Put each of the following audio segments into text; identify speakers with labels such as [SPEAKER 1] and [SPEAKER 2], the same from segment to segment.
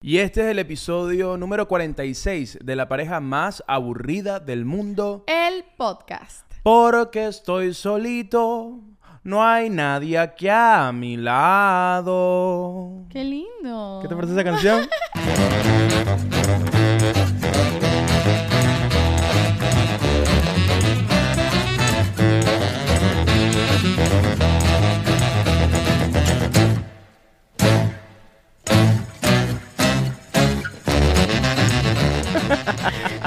[SPEAKER 1] Y este es el episodio número 46 de la pareja más aburrida del mundo.
[SPEAKER 2] El podcast.
[SPEAKER 1] Porque estoy solito, no hay nadie aquí a mi lado.
[SPEAKER 2] Qué lindo.
[SPEAKER 1] ¿Qué te parece esa canción?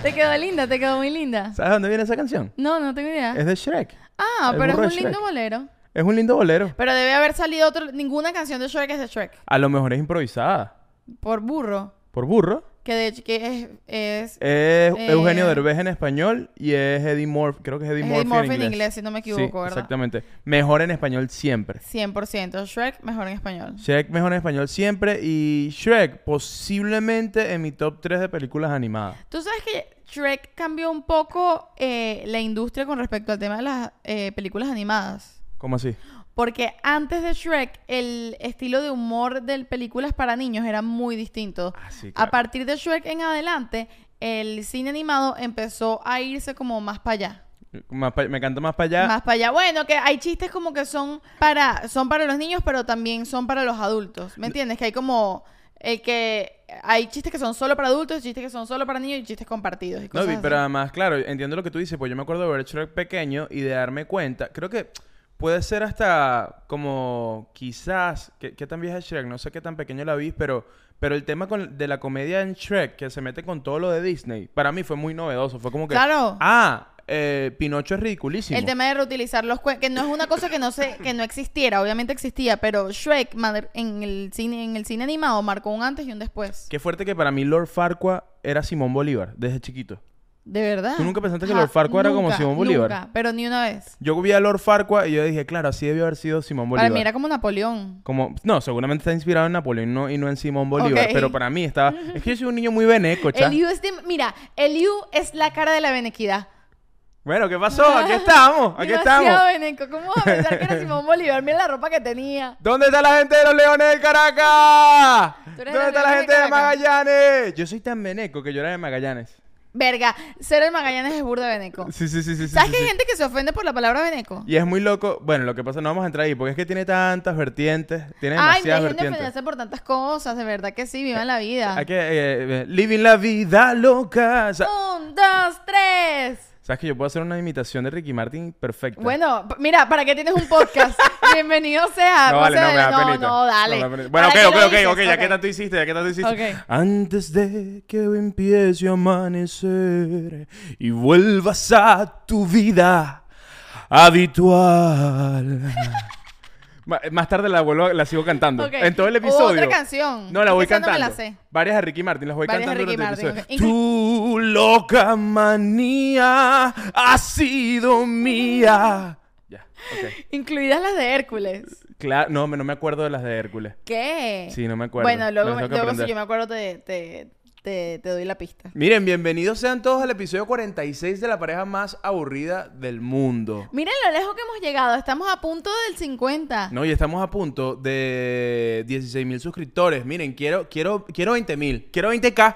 [SPEAKER 2] Te quedó linda, te quedó muy linda.
[SPEAKER 1] ¿Sabes dónde viene esa canción?
[SPEAKER 2] No, no tengo idea.
[SPEAKER 1] Es de Shrek.
[SPEAKER 2] ah,
[SPEAKER 1] el
[SPEAKER 2] pero es
[SPEAKER 1] burro
[SPEAKER 2] un
[SPEAKER 1] de
[SPEAKER 2] lindo
[SPEAKER 1] Shrek.
[SPEAKER 2] bolero.
[SPEAKER 1] Es un lindo bolero.
[SPEAKER 2] Pero debe haber salido otro, ninguna canción de Shrek es de Shrek.
[SPEAKER 1] A lo mejor es improvisada.
[SPEAKER 2] Por burro.
[SPEAKER 1] Por burro.
[SPEAKER 2] Que de hecho que es, es,
[SPEAKER 1] Es
[SPEAKER 2] Eh,
[SPEAKER 1] Eugenio Derbez en español y es Eddie Murphy. Creo que es Eddie,
[SPEAKER 2] es
[SPEAKER 1] Murphy, en inglés.
[SPEAKER 2] si no me
[SPEAKER 1] Sí,
[SPEAKER 2] equivoco, ¿verdad?
[SPEAKER 1] exactamente. Mejor en español siempre.
[SPEAKER 2] 100%. Shrek mejor en español.
[SPEAKER 1] Shrek mejor en español siempre y Shrek posiblemente en mi top 3 de películas animadas.
[SPEAKER 2] Tú sabes que Shrek cambió un poco eh, la industria con respecto al tema de las eh, películas animadas.
[SPEAKER 1] ¿Cómo así?
[SPEAKER 2] Porque antes de Shrek, el estilo de humor de películas para niños era muy distinto.
[SPEAKER 1] Ah, sí,
[SPEAKER 2] A
[SPEAKER 1] claro.
[SPEAKER 2] partir de Shrek en adelante, el cine animado empezó a irse como más para allá.
[SPEAKER 1] Más pa- me encanta más para allá.
[SPEAKER 2] Más para allá. Bueno, que hay chistes como que son para, son para los niños, pero también son para los adultos. ¿Me entiendes? Que hay como el que hay chistes que son solo para adultos, chistes que son solo para niños y chistes compartidos. Y
[SPEAKER 1] No,
[SPEAKER 2] cosas
[SPEAKER 1] vi,
[SPEAKER 2] así.
[SPEAKER 1] pero además, claro, entiendo lo que tú dices, pues yo me acuerdo de ver Shrek pequeño y de darme cuenta. Creo que puede ser hasta como quizás, ¿qué, qué tan vieja es Shrek? No sé qué tan pequeño la vi, pero, pero el tema con- de la comedia en Shrek que se mete con todo lo de Disney, para mí fue muy novedoso. Fue como que,
[SPEAKER 2] Claro.
[SPEAKER 1] ah, eh, Pinocho es ridiculísimo.
[SPEAKER 2] El tema de reutilizar los cuentos, que no es una cosa que no se, que no existiera, obviamente existía, pero Shrek mar- en el cine, en el cine animado marcó un antes y un después.
[SPEAKER 1] Qué fuerte que para mí Lord Farquaad era Simón Bolívar desde chiquito.
[SPEAKER 2] De verdad.
[SPEAKER 1] ¿Tú nunca pensaste que
[SPEAKER 2] Ajá,
[SPEAKER 1] Lord Farquaad era como
[SPEAKER 2] nunca,
[SPEAKER 1] Simón Bolívar?
[SPEAKER 2] Nunca, pero ni una vez.
[SPEAKER 1] Yo vi a Lord Farquaad y yo dije, claro, así debió haber sido Simón Bolívar.
[SPEAKER 2] Para mí era como Napoleón.
[SPEAKER 1] Como, no, seguramente está inspirado en Napoleón no- y no en Simón Bolívar,
[SPEAKER 2] Ok.
[SPEAKER 1] pero para mí estaba... Es que yo soy un niño muy beneco, cha.
[SPEAKER 2] El Yu es de, mira, el Yu es la cara de la benequidad.
[SPEAKER 1] Bueno, ¿qué pasó? Aquí estamos, aquí
[SPEAKER 2] Demasiado
[SPEAKER 1] estamos.
[SPEAKER 2] beneco. ¿Cómo vas a pensar que era Simón Bolívar? Mira la ropa que tenía.
[SPEAKER 1] ¿Dónde está la gente de los Leones del Caracas?
[SPEAKER 2] Tú eres
[SPEAKER 1] ¿Dónde
[SPEAKER 2] de
[SPEAKER 1] está
[SPEAKER 2] los
[SPEAKER 1] la
[SPEAKER 2] Leones
[SPEAKER 1] gente
[SPEAKER 2] del
[SPEAKER 1] de
[SPEAKER 2] Caracas.
[SPEAKER 1] Magallanes? Yo soy tan beneco que yo era de Magallanes.
[SPEAKER 2] Verga, ser el Magallanes es burda de beneco.
[SPEAKER 1] Sí, sí, sí, sí. sí,
[SPEAKER 2] Oh.
[SPEAKER 1] sí,
[SPEAKER 2] ¿Sabes que hay
[SPEAKER 1] sí.
[SPEAKER 2] gente que se ofende por la palabra beneco?
[SPEAKER 1] Y es muy loco. Bueno, lo que pasa, no vamos a entrar ahí, porque es que tiene tantas vertientes. Tiene
[SPEAKER 2] Ay,
[SPEAKER 1] demasiadas
[SPEAKER 2] dejen de
[SPEAKER 1] vertientes.
[SPEAKER 2] ofenderse por tantas cosas, de verdad que sí, vivan la vida.
[SPEAKER 1] Hay que, eh, eh, living la vida loca. O sea,
[SPEAKER 2] Un, dos, tres.
[SPEAKER 1] Sabes que yo puedo hacer una imitación de Ricky Martin perfecta.
[SPEAKER 2] Bueno, p- mira, ¿para qué tienes un podcast? Bienvenido sea.
[SPEAKER 1] No, vale,
[SPEAKER 2] sea,
[SPEAKER 1] no, me da
[SPEAKER 2] no,
[SPEAKER 1] penita.
[SPEAKER 2] no, dale.
[SPEAKER 1] No, me da penita. bueno, ok,
[SPEAKER 2] ¿Para
[SPEAKER 1] ok,
[SPEAKER 2] qué
[SPEAKER 1] ok,
[SPEAKER 2] lo
[SPEAKER 1] ok,
[SPEAKER 2] dices?
[SPEAKER 1] ya que
[SPEAKER 2] Ok.
[SPEAKER 1] tanto hiciste, ya que tanto hiciste.
[SPEAKER 2] Ok.
[SPEAKER 1] Antes de que empiece a amanecer y vuelvas a tu vida habitual. Ma- Más tarde la vuelvo, la sigo cantando.
[SPEAKER 2] Ok.
[SPEAKER 1] En todo el
[SPEAKER 2] O
[SPEAKER 1] episodio.
[SPEAKER 2] otra canción.
[SPEAKER 1] No, la voy
[SPEAKER 2] Esa no me
[SPEAKER 1] cantando.
[SPEAKER 2] la sé.
[SPEAKER 1] Varias de Ricky Martin, las voy
[SPEAKER 2] Varias de
[SPEAKER 1] cantando
[SPEAKER 2] Ricky
[SPEAKER 1] durante el
[SPEAKER 2] Martin,
[SPEAKER 1] episodio. Tu loca manía ha sido mía. Ya, ok.
[SPEAKER 2] Incluidas las de Hércules.
[SPEAKER 1] Claro, no, me- no me acuerdo de las de Hércules.
[SPEAKER 2] ¿Qué?
[SPEAKER 1] Sí, no me acuerdo.
[SPEAKER 2] Bueno, luego,
[SPEAKER 1] Las tengo que
[SPEAKER 2] luego si
[SPEAKER 1] aprender.
[SPEAKER 2] yo me acuerdo te, te, te, te doy la pista.
[SPEAKER 1] Miren, bienvenidos sean todos al episodio 46 de la pareja más aburrida del mundo.
[SPEAKER 2] Miren lo lejos que hemos llegado. Estamos a punto del 50.
[SPEAKER 1] No, y estamos a punto de 16 mil suscriptores. Miren, quiero, quiero, quiero 20 mil. Quiero 20k.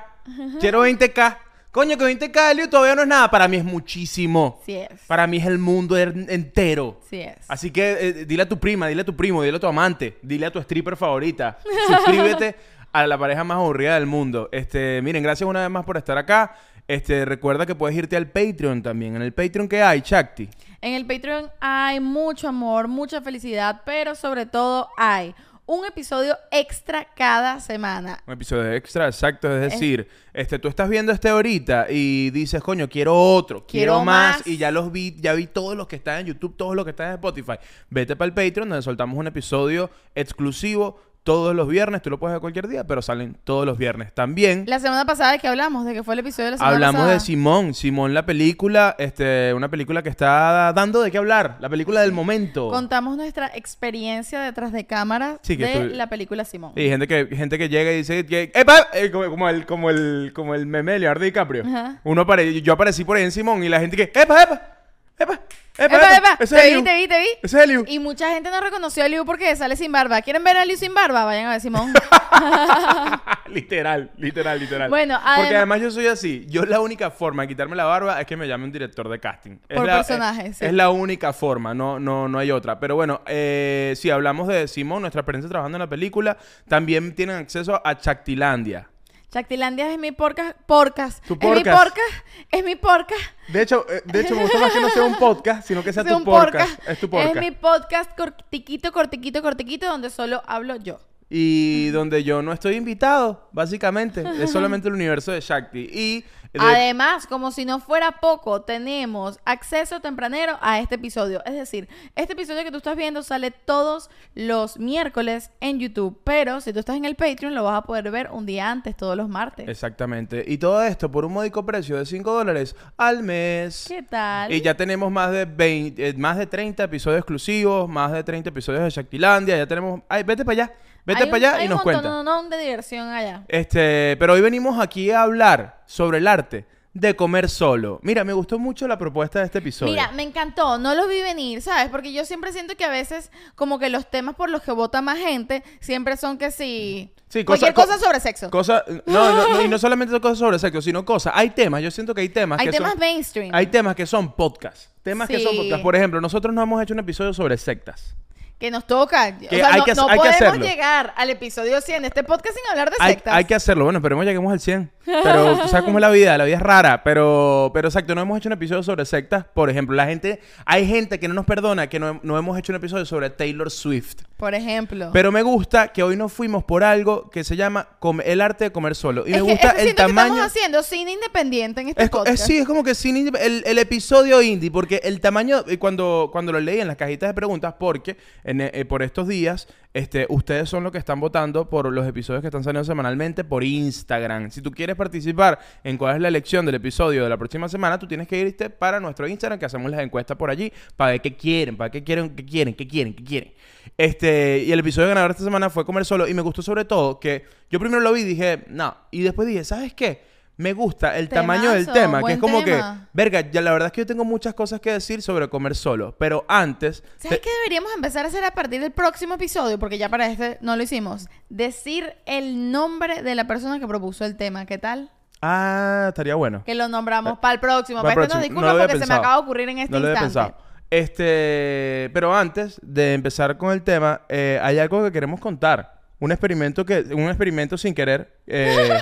[SPEAKER 1] Quiero 20k. Coño, que 20k, Elio, todavía no es nada. Para mí es muchísimo.
[SPEAKER 2] Sí es.
[SPEAKER 1] Para mí es el mundo er- entero.
[SPEAKER 2] Sí es.
[SPEAKER 1] Así que eh, dile a tu prima, dile a tu primo, dile a tu amante, dile a tu stripper favorita. Suscríbete a la pareja más aburrida del mundo. Este, miren, gracias una vez más por estar acá. Este, recuerda que puedes irte al Patreon también. En el Patreon que hay, Chakti.
[SPEAKER 2] En el Patreon hay mucho amor, mucha felicidad, pero sobre todo hay un episodio extra cada semana.
[SPEAKER 1] Un episodio extra, exacto. Es decir, este, tú estás viendo este ahorita y dices, coño, quiero otro, quiero,
[SPEAKER 2] Quiero
[SPEAKER 1] más.
[SPEAKER 2] más.
[SPEAKER 1] Y ya los vi, ya vi todos los que están en YouTube, todos los que están en Spotify. Vete para el Patreon donde soltamos un episodio exclusivo todos los viernes. Tú lo puedes ver cualquier día, pero salen todos los viernes. También
[SPEAKER 2] La semana pasada de que hablamos, de que fue el episodio de la semana
[SPEAKER 1] hablamos
[SPEAKER 2] pasada.
[SPEAKER 1] de Simón. Simón, la película, este, una película que está dando de qué hablar. La película del momento.
[SPEAKER 2] Contamos nuestra experiencia detrás de cámaras
[SPEAKER 1] Sí, que
[SPEAKER 2] de
[SPEAKER 1] estuve-
[SPEAKER 2] la película Simón.
[SPEAKER 1] Y gente que, gente que llega y dice que, "Epa", eh, como, como el, como, el, como el meme de Leonardo DiCaprio.
[SPEAKER 2] Ajá.
[SPEAKER 1] Uno apare- yo aparecí por ahí en Simón y la gente que, ¡epa, epa! ¡epa! ¡Epa,
[SPEAKER 2] Epa,
[SPEAKER 1] epa!
[SPEAKER 2] epa,
[SPEAKER 1] ¡Ese
[SPEAKER 2] Te
[SPEAKER 1] es
[SPEAKER 2] vi,
[SPEAKER 1] Eliu!
[SPEAKER 2] te vi, te vi.
[SPEAKER 1] ¡Ese es Eliu!
[SPEAKER 2] Y mucha gente no reconoció a Liu porque sale sin barba. ¿Quieren ver a Liu sin barba? Vayan a ver Simón.
[SPEAKER 1] literal, literal, literal.
[SPEAKER 2] Bueno,
[SPEAKER 1] Porque
[SPEAKER 2] adem-
[SPEAKER 1] además yo soy así. Yo la única forma de quitarme la barba es que me llame un director de casting. Es
[SPEAKER 2] Por
[SPEAKER 1] la,
[SPEAKER 2] personaje,
[SPEAKER 1] es,
[SPEAKER 2] sí.
[SPEAKER 1] es la única forma, no, no, no hay otra. Pero bueno, eh, si hablamos de Simón, nuestra experiencia trabajando en la película, también tienen acceso a Chactilandia.
[SPEAKER 2] Chactilandia es mi porca. Porcas.
[SPEAKER 1] Tu
[SPEAKER 2] Es mi
[SPEAKER 1] porcas.
[SPEAKER 2] porca. Es mi porca.
[SPEAKER 1] De hecho, eh, de hecho, me gusta más que no sea un podcast, sino que sea
[SPEAKER 2] Es
[SPEAKER 1] tu
[SPEAKER 2] un
[SPEAKER 1] podcast.
[SPEAKER 2] porca.
[SPEAKER 1] Es tu podcast.
[SPEAKER 2] Es mi podcast cortiquito, cortiquito, cortiquito, donde solo hablo yo.
[SPEAKER 1] Y donde yo no estoy invitado, básicamente. Es solamente el universo de Shakti. Y de-
[SPEAKER 2] Además, como si no fuera poco, tenemos acceso tempranero a este episodio. Es decir, este episodio que tú estás viendo sale todos los miércoles en YouTube, pero si tú estás en el Patreon lo vas a poder ver un día antes, todos los martes.
[SPEAKER 1] Exactamente. Y todo esto por un módico precio de 5 dólares al mes.
[SPEAKER 2] ¿Qué tal?
[SPEAKER 1] Y ya tenemos más de 20, eh, más de 30 episodios exclusivos, más de 30 episodios de Shaktilandia. Ya tenemos. Ay, vete para allá. Vete
[SPEAKER 2] Hay un-
[SPEAKER 1] para allá
[SPEAKER 2] hay
[SPEAKER 1] y
[SPEAKER 2] un
[SPEAKER 1] nos cuenta.
[SPEAKER 2] montononón de diversión allá.
[SPEAKER 1] Este, pero hoy venimos aquí a hablar sobre el arte de comer solo. Mira, me gustó mucho la propuesta de este episodio.
[SPEAKER 2] Mira, me encantó, no los vi venir, ¿sabes? Porque yo siempre siento que a veces como que los temas por los que vota más gente siempre son que si...
[SPEAKER 1] Sí, cosa-
[SPEAKER 2] cualquier
[SPEAKER 1] co-
[SPEAKER 2] cosa sobre sexo.
[SPEAKER 1] Cosa, no, no, no, y no solamente son cosas sobre sexo, sino cosas. Hay temas, yo siento que hay temas
[SPEAKER 2] Hay
[SPEAKER 1] que
[SPEAKER 2] temas
[SPEAKER 1] son.
[SPEAKER 2] mainstream.
[SPEAKER 1] Hay temas que son podcasts. Temas que son
[SPEAKER 2] Sí.
[SPEAKER 1] podcasts. Por ejemplo, nosotros no hemos hecho un episodio sobre sectas.
[SPEAKER 2] Que nos toca. o
[SPEAKER 1] Que
[SPEAKER 2] sea,
[SPEAKER 1] hay
[SPEAKER 2] no,
[SPEAKER 1] que-
[SPEAKER 2] no
[SPEAKER 1] hay que
[SPEAKER 2] podemos
[SPEAKER 1] hacerlo.
[SPEAKER 2] llegar al episodio 100 de este podcast sin hablar de
[SPEAKER 1] Hay,
[SPEAKER 2] sectas.
[SPEAKER 1] hay que hacerlo. Bueno, esperemos lleguemos al 100. Pero tú sabes cómo es la vida. La vida es rara. Pero, pero exacto, no hemos hecho un episodio sobre sectas. Por ejemplo, la gente... Hay gente que no nos perdona que no, no hemos hecho un episodio sobre Taylor Swift.
[SPEAKER 2] Por ejemplo.
[SPEAKER 1] Pero me gusta que hoy nos fuimos por algo que se llama com- el arte de comer solo. Y
[SPEAKER 2] es
[SPEAKER 1] me
[SPEAKER 2] que
[SPEAKER 1] gusta
[SPEAKER 2] eso
[SPEAKER 1] el
[SPEAKER 2] siento que
[SPEAKER 1] tamaño...
[SPEAKER 2] estamos haciendo cine independiente en este
[SPEAKER 1] Es, co- es-
[SPEAKER 2] podcast.
[SPEAKER 1] sí, es como que sin indi- el, el episodio indie, porque el tamaño, y cuando, cuando lo leí en las cajitas de preguntas, porque en, eh, por estos días, este, ustedes son los que están votando por los episodios que están saliendo semanalmente por Instagram. Si tú quieres participar en cuál es la elección del episodio de la próxima semana, tú tienes que irte para nuestro Instagram, que hacemos las encuestas por allí, para ver qué quieren, para qué quieren, qué quieren, qué quieren, qué quieren. Este, y el episodio ganador esta semana fue Comer Solo, y me gustó sobre todo que yo primero lo vi y dije, no, y después dije, ¿sabes qué? Me gusta el tamaño del
[SPEAKER 2] Temazo,
[SPEAKER 1] tema, que es
[SPEAKER 2] buen
[SPEAKER 1] como que,
[SPEAKER 2] tema.
[SPEAKER 1] verga, ya la verdad es que yo tengo muchas cosas que decir sobre comer solo, pero antes...
[SPEAKER 2] ¿Sabes
[SPEAKER 1] te-
[SPEAKER 2] qué deberíamos empezar a hacer a partir del próximo episodio? Porque ya para este no lo hicimos. Decir el nombre de la persona que propuso el tema. ¿Qué tal?
[SPEAKER 1] Ah, estaría bueno.
[SPEAKER 2] Que lo nombramos para el próximo.
[SPEAKER 1] Para
[SPEAKER 2] Para,
[SPEAKER 1] el
[SPEAKER 2] este
[SPEAKER 1] Eh,
[SPEAKER 2] nos
[SPEAKER 1] próximo.
[SPEAKER 2] disculpa
[SPEAKER 1] No lo había
[SPEAKER 2] porque se me
[SPEAKER 1] pensado.
[SPEAKER 2] acaba de ocurrir en este
[SPEAKER 1] no lo había
[SPEAKER 2] instante.
[SPEAKER 1] pensado. Este, pero antes de empezar con el tema, eh, hay algo que queremos contar. Un experimento que, un experimento sin querer. eh,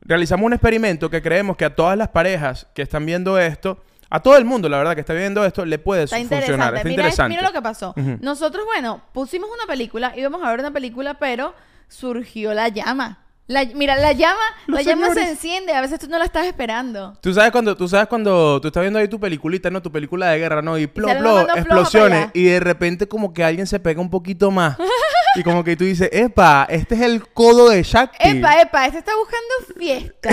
[SPEAKER 1] realizamos un experimento que creemos que a todas las parejas que están viendo esto, a todo el mundo, la verdad, que está viendo esto, le puede
[SPEAKER 2] Está
[SPEAKER 1] funcionar.
[SPEAKER 2] interesante.
[SPEAKER 1] Está
[SPEAKER 2] mira, es-
[SPEAKER 1] interesante.
[SPEAKER 2] mira lo que pasó.
[SPEAKER 1] Ujú.
[SPEAKER 2] Nosotros, bueno, pusimos una película, íbamos a ver una película, pero surgió la llama. La- mira, la llama,
[SPEAKER 1] Los
[SPEAKER 2] la llama se
[SPEAKER 1] señores.
[SPEAKER 2] enciende, a veces tú no la estás esperando.
[SPEAKER 1] Tú sabes cuando tú sabes cuando tú estás viendo ahí tu peliculita, no tu película de guerra, no y plo
[SPEAKER 2] sale
[SPEAKER 1] plo
[SPEAKER 2] mandando floja para
[SPEAKER 1] explosiones
[SPEAKER 2] allá.
[SPEAKER 1] y de repente como que alguien se pega un poquito más y como que tú dices, "Epa, este es el codo de Shakti,
[SPEAKER 2] Epa, epa, este está buscando fiesta.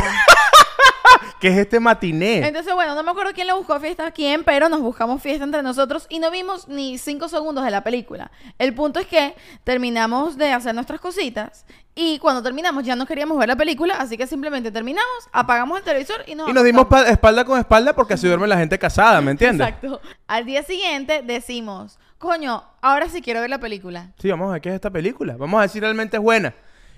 [SPEAKER 1] que es este matiné."
[SPEAKER 2] Entonces, bueno, no me acuerdo quién le buscó fiesta a quién, pero nos buscamos fiesta entre nosotros y no vimos ni cinco segundos de la película. El punto es que terminamos de hacer nuestras cositas y cuando terminamos ya no queríamos ver la película, así que simplemente terminamos, apagamos el televisor y nos
[SPEAKER 1] Y nos dimos
[SPEAKER 2] acostamos.
[SPEAKER 1] pa- espalda con espalda porque así duerme la gente casada, ¿me entiendes?
[SPEAKER 2] Exacto. Al día siguiente decimos, coño, ahora sí quiero ver la película.
[SPEAKER 1] Sí, vamos a ver qué es esta película. Vamos a ver si realmente es buena.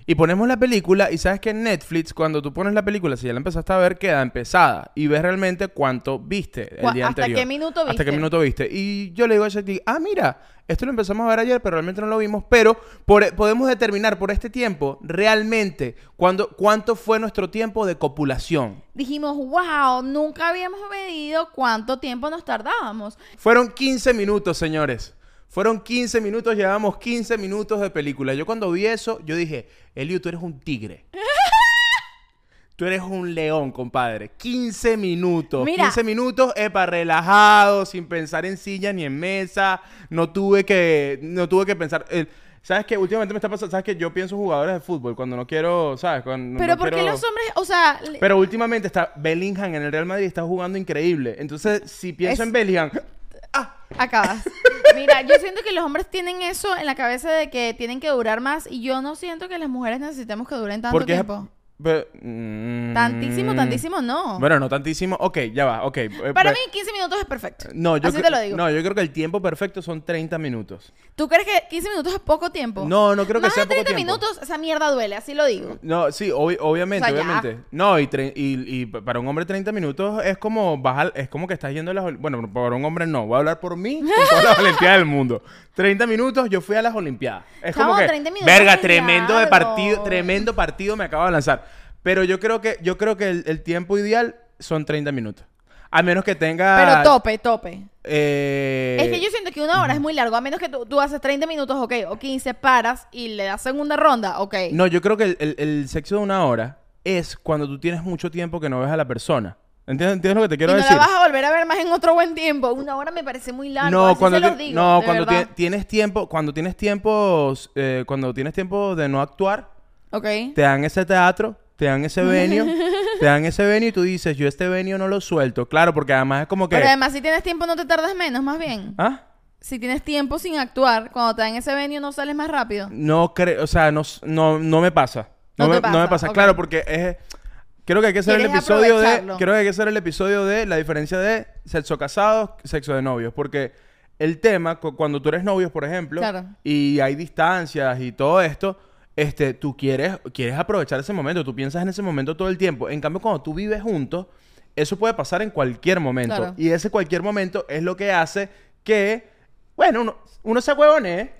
[SPEAKER 1] Y ponemos la película y sabes que en Netflix cuando tú pones la película, si ya la empezaste a ver, queda empezada y ves realmente cuánto viste el
[SPEAKER 2] Cua-
[SPEAKER 1] día
[SPEAKER 2] hasta
[SPEAKER 1] anterior.
[SPEAKER 2] qué minuto
[SPEAKER 1] Hasta qué
[SPEAKER 2] viste.
[SPEAKER 1] minuto viste. Y yo le digo a Shakti, ah, mira, esto lo empezamos a ver ayer, pero realmente no lo vimos, pero por- e, podemos determinar por este tiempo realmente cuándo- cuánto fue nuestro tiempo de copulación.
[SPEAKER 2] Dijimos, wow, nunca habíamos medido cuánto tiempo nos tardábamos.
[SPEAKER 1] Fueron 15 minutos, señores. Fueron 15 minutos, llevamos 15 minutos de película. Yo cuando vi eso, yo dije, Eliu, tú eres un tigre. Tú eres un león, compadre. 15 minutos.
[SPEAKER 2] Mira.
[SPEAKER 1] 15 minutos, epa, relajado, sin pensar en silla ni en mesa. No tuve que, no tuve que pensar. eh, ¿Sabes qué? Últimamente me está pasando, ¿sabes qué? Yo pienso en jugadores de fútbol cuando no quiero, ¿sabes? Cuando
[SPEAKER 2] Pero
[SPEAKER 1] no
[SPEAKER 2] ¿por qué
[SPEAKER 1] quiero-
[SPEAKER 2] los hombres, o sea, le-
[SPEAKER 1] Pero últimamente está Bellingham en el Real Madrid, está jugando increíble. Entonces, si pienso
[SPEAKER 2] Es-
[SPEAKER 1] en Bellingham, ¡ah!
[SPEAKER 2] acabas? Mira, yo siento que los hombres tienen eso en la cabeza de que tienen que durar más y yo no siento que las mujeres necesitemos que duren tanto
[SPEAKER 1] Porque es-
[SPEAKER 2] tiempo.
[SPEAKER 1] Pero, mm,
[SPEAKER 2] Tantísimo, tantísimo no.
[SPEAKER 1] Bueno, no tantísimo. Ok, ya va, ok. eh,
[SPEAKER 2] Para
[SPEAKER 1] pe-
[SPEAKER 2] mí 15 minutos es perfecto.
[SPEAKER 1] No, yo
[SPEAKER 2] Así
[SPEAKER 1] cre-
[SPEAKER 2] te lo digo.
[SPEAKER 1] No, yo creo que el tiempo perfecto son 30 minutos.
[SPEAKER 2] ¿Tú crees que 15 minutos es poco tiempo?
[SPEAKER 1] No, no creo que
[SPEAKER 2] Más
[SPEAKER 1] sea
[SPEAKER 2] de
[SPEAKER 1] poco
[SPEAKER 2] 30
[SPEAKER 1] tiempo.
[SPEAKER 2] minutos, esa mierda duele, así lo digo.
[SPEAKER 1] No, sí, obvi- obviamente,
[SPEAKER 2] O sea, ya.
[SPEAKER 1] obviamente. No, y, tre- y, y pa- para un hombre 30 minutos es como bajar, es como que estás yendo a las... ol- Bueno, para un hombre no, voy a hablar por mí con todas las Olimpiadas del mundo. 30 minutos yo fui a las Olimpiadas. Es
[SPEAKER 2] Chamo,
[SPEAKER 1] como que,
[SPEAKER 2] 30 minutos
[SPEAKER 1] verga,
[SPEAKER 2] es
[SPEAKER 1] tremendo de
[SPEAKER 2] largo.
[SPEAKER 1] partido, tremendo partido me acabo de lanzar. Pero yo creo que yo creo que el, el tiempo ideal son 30 minutos. A menos que tenga
[SPEAKER 2] Pero tope, tope.
[SPEAKER 1] Ah, eh,
[SPEAKER 2] Es que yo siento que una hora es muy largo, a menos que tú, tú haces 30 minutos, ok, o 15, paras y le das segunda ronda, ok.
[SPEAKER 1] No, yo creo que el, el- el sexo de una hora es cuando tú tienes mucho tiempo que no ves a la persona. ¿Entiendes, entiendes lo que te
[SPEAKER 2] y
[SPEAKER 1] quiero
[SPEAKER 2] no
[SPEAKER 1] decir?
[SPEAKER 2] la vas a volver a ver más en otro buen tiempo. Una hora me parece muy largo.
[SPEAKER 1] no,
[SPEAKER 2] así
[SPEAKER 1] cuando
[SPEAKER 2] se los
[SPEAKER 1] ti-
[SPEAKER 2] digo,
[SPEAKER 1] no,
[SPEAKER 2] de
[SPEAKER 1] cuando ti-
[SPEAKER 2] verdad.
[SPEAKER 1] tienes tiempo, cuando tienes tiempos, eh, cuando tienes tiempo de no actuar,
[SPEAKER 2] Ok.
[SPEAKER 1] te dan ese teatro, te dan ese venio, te dan ese venio y tú dices, yo este venio no lo suelto. Claro, porque además es como que
[SPEAKER 2] Pero además, si tienes tiempo, no te tardas menos, más bien.
[SPEAKER 1] ¿Ah?
[SPEAKER 2] Si tienes tiempo sin actuar, cuando te dan ese venue, no sales más rápido.
[SPEAKER 1] No creo, o sea, no, s- no, no me pasa. No,
[SPEAKER 2] No
[SPEAKER 1] me,
[SPEAKER 2] te
[SPEAKER 1] no me
[SPEAKER 2] pasa,
[SPEAKER 1] pasa,
[SPEAKER 2] ok.
[SPEAKER 1] claro, porque es creo que hay que hacer el
[SPEAKER 2] Quieres
[SPEAKER 1] episodio de
[SPEAKER 2] aprovecharlo.
[SPEAKER 1] creo que hay que hacer el episodio de la diferencia de sexo casado, sexo de novios, porque el tema cu- cuando tú eres novios, por ejemplo,
[SPEAKER 2] Claro.
[SPEAKER 1] y hay distancias y todo esto, este tú quieres quieres aprovechar ese momento, tú piensas en ese momento todo el tiempo. En cambio, cuando tú vives juntos, eso puede pasar en cualquier momento
[SPEAKER 2] Claro.
[SPEAKER 1] y ese cualquier momento es lo que hace que bueno, uno, uno se huevone.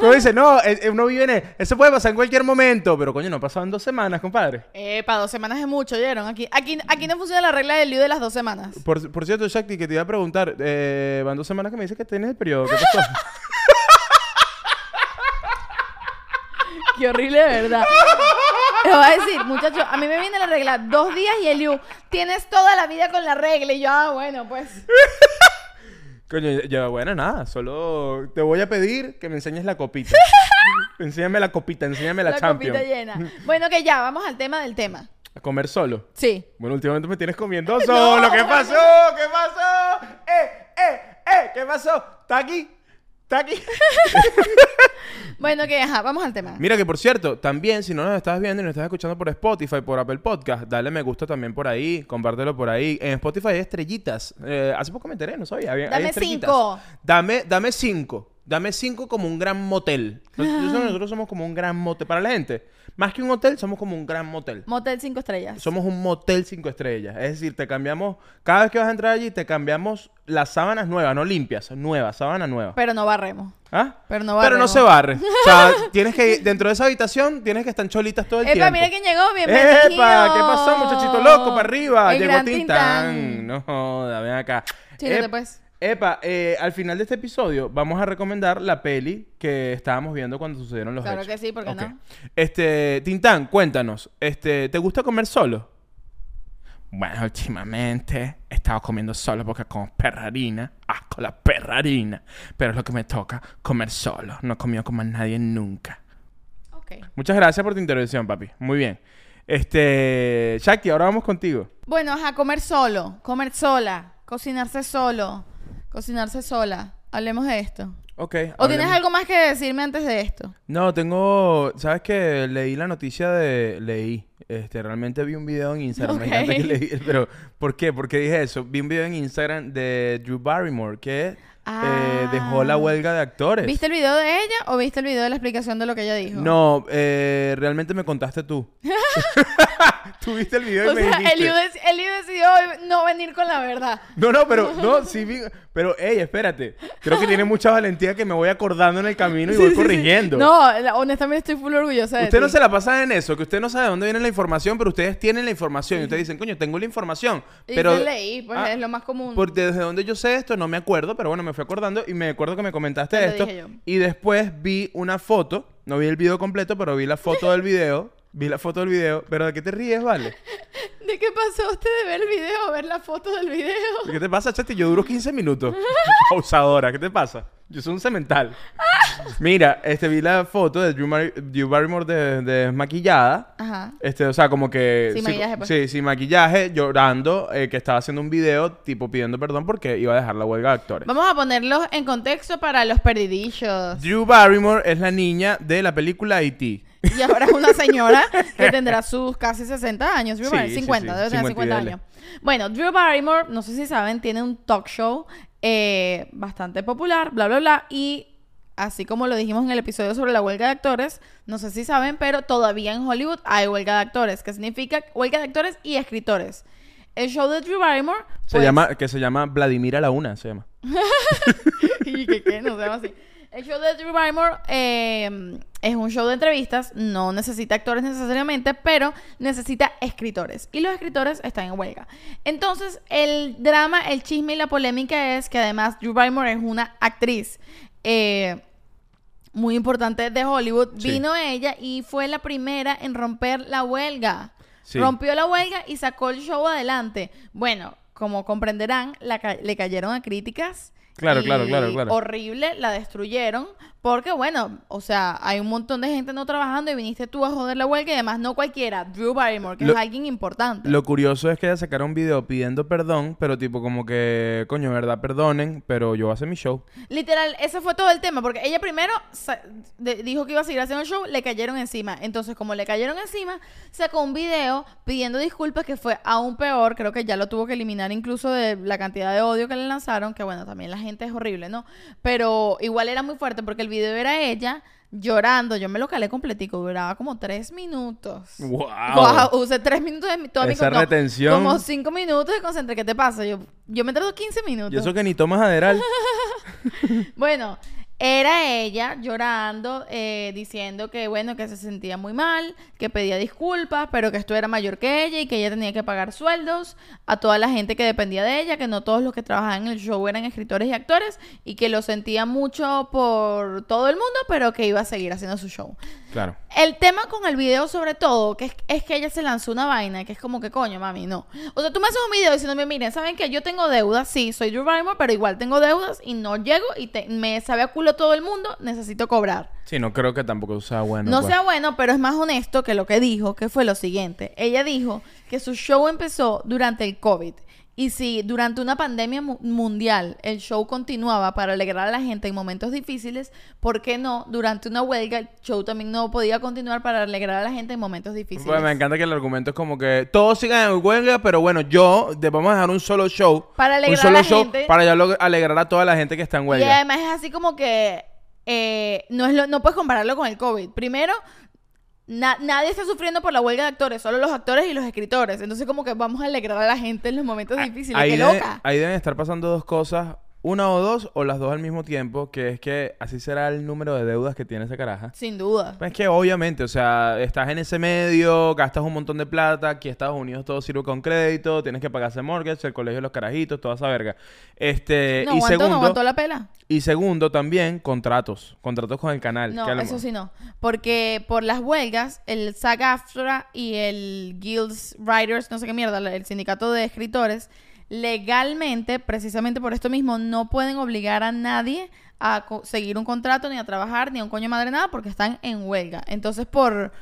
[SPEAKER 1] Uno dice, no, eh, eh, uno vive en... Eso puede pasar en cualquier momento. Pero, coño, no pasaban dos semanas, compadre.
[SPEAKER 2] Epa, dos semanas es mucho, ¿oyeron? Aquí, aquí, aquí no funciona la regla del lío de las dos semanas.
[SPEAKER 1] Por, por cierto, Shakti, que te iba a preguntar. eh, van dos semanas que me dices que tienes el periodo. ¿Qué pasó?
[SPEAKER 2] Qué horrible, de verdad. Te voy a decir, muchachos, a mí me viene la regla dos días y el Eliu, tienes toda la vida con la regla. Y yo, ah, bueno, pues.
[SPEAKER 1] coño, ya- ya, bueno, nada. Solo te voy a pedir que me enseñes la copita. enséñame la copita, enséñame la,
[SPEAKER 2] La,
[SPEAKER 1] champion.
[SPEAKER 2] copita llena. Bueno, que ya, vamos al tema del tema.
[SPEAKER 1] A comer solo.
[SPEAKER 2] Sí.
[SPEAKER 1] Bueno, últimamente me tienes comiendo solo. ¿Qué pasó? ¿Qué pasó? ¡Eh, eh, eh! ¿Qué pasó? ¿Está aquí? ¿Está aquí?
[SPEAKER 2] Bueno, que ajá, vamos al tema.
[SPEAKER 1] Mira que por cierto, también si no nos estás viendo y nos estás escuchando por Spotify, por Apple Podcast, dale me gusta también por ahí, compártelo por ahí. En Spotify hay estrellitas. Eh, hace poco me enteré, no sabía. había- hay
[SPEAKER 2] Dame
[SPEAKER 1] estrellitas.
[SPEAKER 2] cinco.
[SPEAKER 1] Dame, dame cinco. Dame cinco como un gran motel. Nosotros, nosotros somos como un gran motel. Para la gente, más que un hotel, somos como un gran motel.
[SPEAKER 2] Motel 5 estrellas.
[SPEAKER 1] Somos un motel cinco estrellas. Es decir, te cambiamos, cada vez que vas a entrar allí, te cambiamos las sábanas nuevas, no limpias, nuevas, sábanas nuevas.
[SPEAKER 2] Pero no barremos.
[SPEAKER 1] ¿Ah?
[SPEAKER 2] Pero no
[SPEAKER 1] Pero no
[SPEAKER 2] barremos.
[SPEAKER 1] se barre. O sea, tienes que dentro de esa habitación tienes que estar cholitas todo el
[SPEAKER 2] Epa,
[SPEAKER 1] tiempo.
[SPEAKER 2] mira quién llegó, bienvenido.
[SPEAKER 1] Epa, ¿qué pasó, muchachito loco? Para arriba.
[SPEAKER 2] El
[SPEAKER 1] Llegó
[SPEAKER 2] gran
[SPEAKER 1] Tintán. No joda, ven acá.
[SPEAKER 2] Chírate,
[SPEAKER 1] Ep-
[SPEAKER 2] pues.
[SPEAKER 1] Epa, eh, al final de este episodio vamos a recomendar la peli que estábamos viendo cuando sucedieron los
[SPEAKER 2] Claro
[SPEAKER 1] hechos.
[SPEAKER 2] que sí, ¿por qué
[SPEAKER 1] Ok.
[SPEAKER 2] no?
[SPEAKER 1] Este, Tintán, cuéntanos. Este, ¿te gusta comer solo? Bueno, últimamente he estado comiendo solo porque como perrarina, asco la perrarina. Pero es lo que me toca, comer solo. No he comido con más nadie nunca.
[SPEAKER 2] Ok.
[SPEAKER 1] Muchas gracias por tu intervención, papi. Muy bien. Este, Shakti, ahora vamos contigo.
[SPEAKER 2] Bueno, ajá, comer solo, comer sola, cocinarse solo, cocinarse sola. Hablemos de esto.
[SPEAKER 1] Ok.
[SPEAKER 2] ¿O tienes algo más que decirme antes de esto?
[SPEAKER 1] No, tengo. ¿Sabes qué? Leí la noticia de. Leí. Este, realmente vi un video en Instagram. Me encanta que
[SPEAKER 2] Ok.
[SPEAKER 1] leí. Pero, ¿por qué? ¿Por qué dije eso? Vi un video en Instagram de Drew Barrymore que eh,
[SPEAKER 2] Ah.
[SPEAKER 1] dejó la huelga de actores.
[SPEAKER 2] ¿Viste el video de ella o viste el video de la explicación de lo que ella dijo?
[SPEAKER 1] No, eh, realmente me contaste tú. tú viste el video y
[SPEAKER 2] O
[SPEAKER 1] me
[SPEAKER 2] sea,
[SPEAKER 1] dijiste.
[SPEAKER 2] Eliu, dec- Eliu decidió no venir con la verdad.
[SPEAKER 1] No, no, pero no, sí vi- Pero, hey, espérate. Creo que tiene mucha valentía que me voy acordando en el camino y voy corrigiendo.
[SPEAKER 2] No, la- honestamente estoy full orgullosa de
[SPEAKER 1] Usted no
[SPEAKER 2] ti.
[SPEAKER 1] se la pasa en eso, que usted no sabe de dónde viene la información, pero ustedes tienen la información. Y ustedes dicen, coño, tengo la información.
[SPEAKER 2] Y
[SPEAKER 1] Pero
[SPEAKER 2] yo leí, pues
[SPEAKER 1] Ah,
[SPEAKER 2] es lo más común.
[SPEAKER 1] Porque desde donde yo sé esto, no me acuerdo, pero bueno, me fui acordando y me acuerdo que me comentaste
[SPEAKER 2] Te lo
[SPEAKER 1] esto.
[SPEAKER 2] dije yo.
[SPEAKER 1] Y después vi una foto, no vi el video completo, pero vi la foto del video. Vi la foto del video, pero ¿de qué te ríes, vale?
[SPEAKER 2] ¿De qué pasó usted de ver el video, ver la foto del video?
[SPEAKER 1] ¿Qué te pasa, Chati? Yo duro 15 minutos. Pausadora, ¿qué te pasa? Yo soy un cemental. Mira, este, vi la foto de Drew, Mar- Drew Barrymore de- desmaquillada.
[SPEAKER 2] Ajá.
[SPEAKER 1] Este, o sea, como que...
[SPEAKER 2] Sin
[SPEAKER 1] sí,
[SPEAKER 2] maquillaje, pues.
[SPEAKER 1] Sí, sin maquillaje, llorando, eh, que estaba haciendo un video, tipo, pidiendo perdón porque iba a dejar la huelga de actores.
[SPEAKER 2] Vamos a ponerlos en contexto para los perdidillos.
[SPEAKER 1] Drew Barrymore es la niña de la película E E.T.
[SPEAKER 2] Y ahora es una señora que tendrá sus casi 60 años. Drew
[SPEAKER 1] Sí,
[SPEAKER 2] Barrymore,
[SPEAKER 1] sí,
[SPEAKER 2] 50,
[SPEAKER 1] sí,
[SPEAKER 2] debe tener
[SPEAKER 1] 50 y
[SPEAKER 2] 50
[SPEAKER 1] dale.
[SPEAKER 2] años. Bueno, Drew Barrymore, no sé si saben, tiene un talk show eh, bastante popular, bla, bla, bla. Y así como lo dijimos en el episodio sobre la huelga de actores, no sé si saben, pero todavía en Hollywood hay huelga de actores, que significa huelga de actores y escritores. El show de Drew Barrymore
[SPEAKER 1] Se
[SPEAKER 2] pues,
[SPEAKER 1] llama, que se llama Vladimir a la una, se llama.
[SPEAKER 2] y que, que no se llama así. El show de Drew Barrymore eh, es un show de entrevistas, no necesita actores necesariamente, pero necesita escritores. Y los escritores están en huelga. Entonces, el drama, el chisme y la polémica es que además Drew Barrymore es una actriz. eh, muy importante de Hollywood,
[SPEAKER 1] Sí.
[SPEAKER 2] vino ella y fue la primera en romper la huelga.
[SPEAKER 1] Sí.
[SPEAKER 2] Rompió la huelga y sacó el show adelante. Bueno, como comprenderán, la ca- le cayeron a críticas.
[SPEAKER 1] Claro,
[SPEAKER 2] y
[SPEAKER 1] claro, claro, claro.
[SPEAKER 2] Horrible, la destruyeron. Porque, bueno, o sea, hay un montón de gente no trabajando y viniste tú a joder la huelga y además no cualquiera. Drew Barrymore, que
[SPEAKER 1] Lo-
[SPEAKER 2] es alguien importante.
[SPEAKER 1] Lo curioso es que ella sacaron un video pidiendo perdón, pero tipo como que, coño, verdad, perdonen, pero yo voy a hacer mi show.
[SPEAKER 2] Literal, ese fue todo el tema, porque ella primero sa- de- dijo que iba a seguir haciendo el show, le cayeron encima. Entonces, como le cayeron encima, sacó un video pidiendo disculpas que fue aún peor, creo que ya lo tuvo que eliminar incluso de la cantidad de odio que le lanzaron, que bueno, también la gente es horrible, ¿no? Pero igual era muy fuerte porque el video era ella llorando, yo me lo calé completico, duraba como tres minutos.
[SPEAKER 1] ¡Wow!
[SPEAKER 2] Wow, usé tres minutos de mi, toda mi
[SPEAKER 1] Esa
[SPEAKER 2] no,
[SPEAKER 1] retención.
[SPEAKER 2] como cinco minutos de concentré. ¿Qué te pasa? Yo, yo me tardo 15 minutos.
[SPEAKER 1] Y eso que ni tomas aderal.
[SPEAKER 2] Bueno, era ella llorando, eh, diciendo que bueno, que se sentía muy mal, que pedía disculpas, pero que esto era mayor que ella y que ella tenía que pagar sueldos a toda la gente que dependía de ella, que no todos los que trabajaban en el show eran escritores y actores y que lo sentía mucho por todo el mundo, pero que iba a seguir haciendo su show.
[SPEAKER 1] claro.
[SPEAKER 2] El tema con el video, sobre todo, que es, es que ella se lanzó una vaina, que es como que coño, mami, no. O sea, tú me haces un video diciéndome, miren, ¿saben que Yo tengo deudas, sí, soy Drew Barrymore, pero igual tengo deudas y no llego y te- me sabe a culo todo el mundo, necesito cobrar.
[SPEAKER 1] Sí, no creo que tampoco sea bueno.
[SPEAKER 2] No
[SPEAKER 1] pues.
[SPEAKER 2] sea bueno, pero es más honesto que lo que dijo, que fue lo siguiente. Ella dijo que su show empezó durante el COVID. Y si durante una pandemia mu- mundial el show continuaba para alegrar a la gente en momentos difíciles, ¿por qué no? Durante una huelga el show también no podía continuar para alegrar a la gente en momentos difíciles.
[SPEAKER 1] Pues me encanta que el argumento es como que todos sigan en huelga, pero bueno, yo de- vamos a dejar un solo show.
[SPEAKER 2] Para
[SPEAKER 1] un
[SPEAKER 2] alegrar
[SPEAKER 1] solo
[SPEAKER 2] a la
[SPEAKER 1] show
[SPEAKER 2] gente.
[SPEAKER 1] para ya lo- alegrar a toda la gente que está en
[SPEAKER 2] Y
[SPEAKER 1] huelga.
[SPEAKER 2] además es así como que eh, no, es lo- no puedes compararlo con el COVID. Primero, na- nadie está sufriendo por la huelga de actores, solo los actores y los escritores. Entonces como que vamos a alegrar a la gente en los momentos difíciles.
[SPEAKER 1] ahí,
[SPEAKER 2] ¡Qué
[SPEAKER 1] deben-
[SPEAKER 2] loca!
[SPEAKER 1] ahí deben estar pasando dos cosas, una o dos, o las dos al mismo tiempo, que es que así será el número de deudas que tiene esa caraja.
[SPEAKER 2] Sin duda.
[SPEAKER 1] Pues es que obviamente, o sea, estás en ese medio, gastas un montón de plata, aquí en Estados Unidos todo sirve con crédito, tienes que pagarse mortgage, el colegio de los carajitos, toda esa verga. Este,
[SPEAKER 2] no
[SPEAKER 1] y
[SPEAKER 2] aguantó, no
[SPEAKER 1] segundo,
[SPEAKER 2] aguantó la pela.
[SPEAKER 1] y segundo también contratos, contratos con el canal.
[SPEAKER 2] No,
[SPEAKER 1] que a lo
[SPEAKER 2] eso
[SPEAKER 1] mejor-
[SPEAKER 2] sí no. Porque por las huelgas, el SAG-AFTRA y el Guilds Writers, no sé qué mierda, el sindicato de escritores, legalmente, precisamente por esto mismo, no pueden obligar a nadie a co- seguir un contrato, ni a trabajar, ni a un coño madre nada, porque están en huelga. Entonces, por...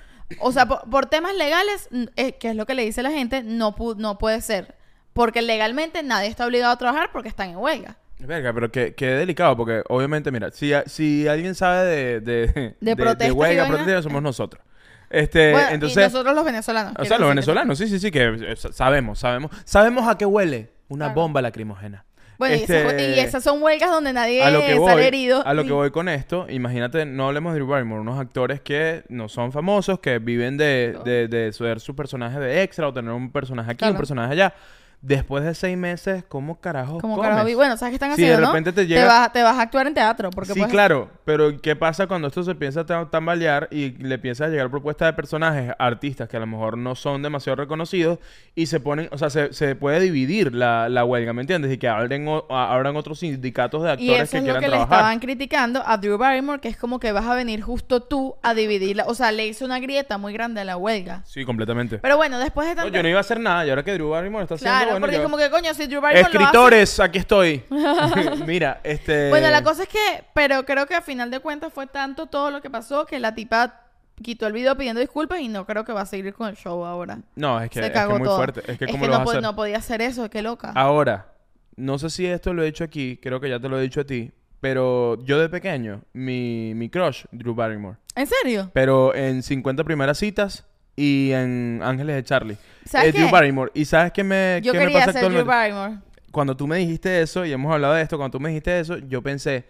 [SPEAKER 2] O sea, por, por temas legales, n- eh, que es lo que le dice la gente, no, pu- no puede ser. Porque legalmente nadie está obligado a trabajar porque están en huelga.
[SPEAKER 1] Verga, pero qué, qué delicado, porque obviamente, mira, si, a- si alguien sabe de... De,
[SPEAKER 2] protestas y
[SPEAKER 1] huelga,
[SPEAKER 2] vaina.
[SPEAKER 1] protestas, somos nosotros. Este,
[SPEAKER 2] Bueno, y
[SPEAKER 1] entonces...
[SPEAKER 2] nosotros los venezolanos.
[SPEAKER 1] O sea, los
[SPEAKER 2] quiero decir que-
[SPEAKER 1] venezolanos, sí, sí, sí, que eh, sa- sabemos, sabemos. Sabemos a qué huele una
[SPEAKER 2] Claro.
[SPEAKER 1] bomba lacrimógena.
[SPEAKER 2] Bueno, y esas-
[SPEAKER 1] Este,
[SPEAKER 2] y, esas, son huelgas donde nadie
[SPEAKER 1] a lo que
[SPEAKER 2] sale
[SPEAKER 1] voy,
[SPEAKER 2] herido.
[SPEAKER 1] A lo que voy con esto, imagínate, no hablemos de Drew Barrymore, unos actores que no son famosos, que viven de, de, de ser su personaje de extra o tener un personaje aquí,
[SPEAKER 2] Claro.
[SPEAKER 1] un personaje allá. Después de seis meses, ¿cómo carajo?
[SPEAKER 2] Como
[SPEAKER 1] comes?
[SPEAKER 2] carajo, vi- bueno, ¿sabes qué están
[SPEAKER 1] Si de
[SPEAKER 2] haciendo, no?
[SPEAKER 1] repente te llega-
[SPEAKER 2] vas, te vas a actuar en teatro. Porque
[SPEAKER 1] Sí,
[SPEAKER 2] pues-
[SPEAKER 1] claro, pero ¿qué pasa cuando esto se empieza a tam- tambalear y le empieza a llegar propuestas de personajes, artistas que a lo mejor no son demasiado reconocidos y se ponen, o sea, se, se puede dividir la, la huelga, ¿me entiendes? Y que abren, o- a- abran otros sindicatos de
[SPEAKER 2] Y
[SPEAKER 1] actores
[SPEAKER 2] eso
[SPEAKER 1] que
[SPEAKER 2] es lo
[SPEAKER 1] quieran
[SPEAKER 2] que le
[SPEAKER 1] trabajar.
[SPEAKER 2] estaban criticando a Drew Barrymore, que es como que vas a venir justo tú a dividirla. O sea, le hizo una grieta muy grande a la huelga.
[SPEAKER 1] Sí, completamente.
[SPEAKER 2] Pero bueno, después de
[SPEAKER 1] No,
[SPEAKER 2] tanto...
[SPEAKER 1] yo no iba a hacer nada y ahora que Drew Barrymore está haciendo...
[SPEAKER 2] claro,
[SPEAKER 1] bueno,
[SPEAKER 2] porque
[SPEAKER 1] yo-
[SPEAKER 2] como que coño, si Drew Barrymore lo hace-
[SPEAKER 1] Escritores, aquí estoy. Mira, este...
[SPEAKER 2] Bueno, la cosa es que, pero creo que a final de cuentas fue tanto todo lo que pasó que la tipa quitó el video pidiendo disculpas y no creo que va a seguir con el show ahora.
[SPEAKER 1] No, es que
[SPEAKER 2] Se
[SPEAKER 1] es que
[SPEAKER 2] cagó
[SPEAKER 1] muy
[SPEAKER 2] todo.
[SPEAKER 1] fuerte. Es que, ¿cómo lo
[SPEAKER 2] no,
[SPEAKER 1] vas a
[SPEAKER 2] po-
[SPEAKER 1] hacer? Ah.
[SPEAKER 2] no podía hacer eso, qué loca.
[SPEAKER 1] Ahora, no sé si esto lo he hecho aquí, creo que ya te lo he dicho a ti, Pero yo de pequeño, mi, mi crush, Drew Barrymore.
[SPEAKER 2] ¿En serio?
[SPEAKER 1] Pero en 50 primeras citas y en Ángeles de Charlie.
[SPEAKER 2] ¿Sabes
[SPEAKER 1] Eh, Drew
[SPEAKER 2] qué?
[SPEAKER 1] Barrymore. ¿Y sabes qué me,
[SPEAKER 2] Yo
[SPEAKER 1] qué me
[SPEAKER 2] quería
[SPEAKER 1] pasa
[SPEAKER 2] ser Drew
[SPEAKER 1] actualmente?
[SPEAKER 2] Barrymore.
[SPEAKER 1] Cuando tú me dijiste eso, y hemos hablado de esto, cuando tú me dijiste eso, yo pensé,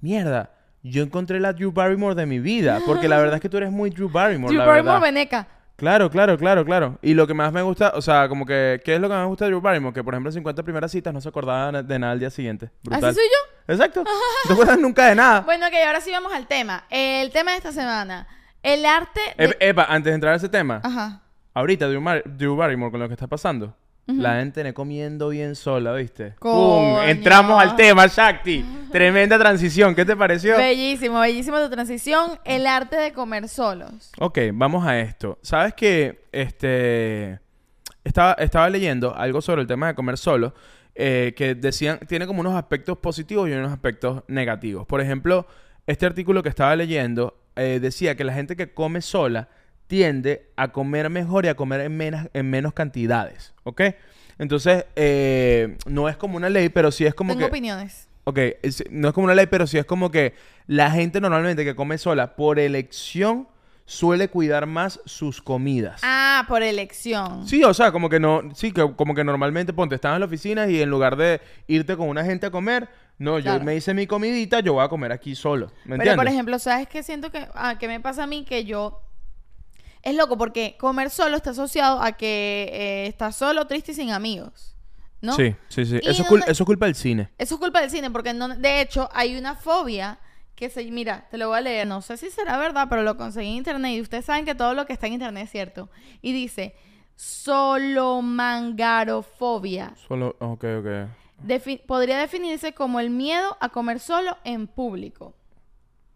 [SPEAKER 1] mierda, yo encontré la Drew Barrymore de mi vida. Porque la verdad es que tú eres muy Drew Barrymore.
[SPEAKER 2] Drew
[SPEAKER 1] la
[SPEAKER 2] Barrymore
[SPEAKER 1] verdad.
[SPEAKER 2] veneca.
[SPEAKER 1] Claro, claro, claro, claro. Y lo que más me gusta, o sea, como que, ¿qué es lo que más me gusta de Drew Barrymore? Que por ejemplo en 50 primeras citas no se acordaba na- de nada al día siguiente. Brutal.
[SPEAKER 2] ¿Así soy yo?
[SPEAKER 1] Exacto. No te acuerdas nunca de nada.
[SPEAKER 2] Bueno, ok, ahora sí vamos al tema. El tema de esta semana. El arte de-
[SPEAKER 1] Ep- Epa, antes de entrar a ese tema,
[SPEAKER 2] Ajá.
[SPEAKER 1] ahorita Drew, Mar- Drew Barrymore con lo que está pasando. La gente me comiendo bien sola, ¿viste?
[SPEAKER 2] Coño.
[SPEAKER 1] ¡Pum! Entramos al tema, Shakti. Tremenda transición. ¿Qué te pareció?
[SPEAKER 2] Bellísimo, bellísimo tu transición. El arte de comer solos.
[SPEAKER 1] Ok, vamos a esto. Sabes que este estaba, estaba leyendo algo sobre el tema de comer solo, eh, que decían, tiene como unos aspectos positivos y unos aspectos negativos. Por ejemplo, este artículo que estaba leyendo eh, decía que la gente que come sola tiende a comer mejor y a comer en menos, en menos cantidades. ¿Ok? Entonces, eh, no es como una ley, pero sí es como
[SPEAKER 2] Tengo
[SPEAKER 1] que.
[SPEAKER 2] opiniones.
[SPEAKER 1] Ok, es- no es como una ley, pero sí es como que la gente normalmente que come sola por elección suele cuidar más sus comidas.
[SPEAKER 2] Ah, por elección.
[SPEAKER 1] Sí, o sea, como que no, sí, que, como que normalmente ponte, estás en la oficina y en lugar de irte con una gente a comer, no, yo
[SPEAKER 2] Claro.
[SPEAKER 1] me hice mi comidita, yo voy a comer aquí solo. ¿Me entiendes?
[SPEAKER 2] Pero, por ejemplo, ¿sabes qué siento que, ah, que me pasa a mí? Que yo... Es loco porque comer solo está asociado a que eh, estás solo, triste y sin amigos. ¿No?
[SPEAKER 1] Sí, sí, sí.
[SPEAKER 2] Y
[SPEAKER 1] Eso es, cul-
[SPEAKER 2] donde-
[SPEAKER 1] eso es culpa del cine.
[SPEAKER 2] Eso es culpa del cine, porque no, de hecho hay una fobia que se... Mira, te lo voy a leer, no sé si será verdad, pero lo conseguí en internet y ustedes saben que todo lo que está en internet es cierto. Y dice, solomangarofobia
[SPEAKER 1] Solo, ok, ok.
[SPEAKER 2] defi- podría definirse como el miedo a comer solo en público.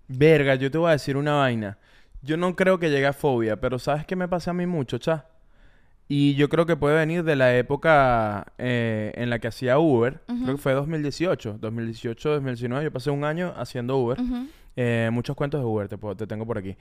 [SPEAKER 1] Verga, yo te voy a decir una vaina. Yo no creo que llegue a fobia, pero ¿sabes qué me pasa a mí mucho, cha? Y yo creo que puede venir de la época eh, en la que hacía Uber. Creo que fue 2018. 2018, 2019. Yo pasé un año haciendo Uber.
[SPEAKER 2] Ujú.
[SPEAKER 1] Eh, muchos cuentos de Uber te, puedo- te tengo por aquí.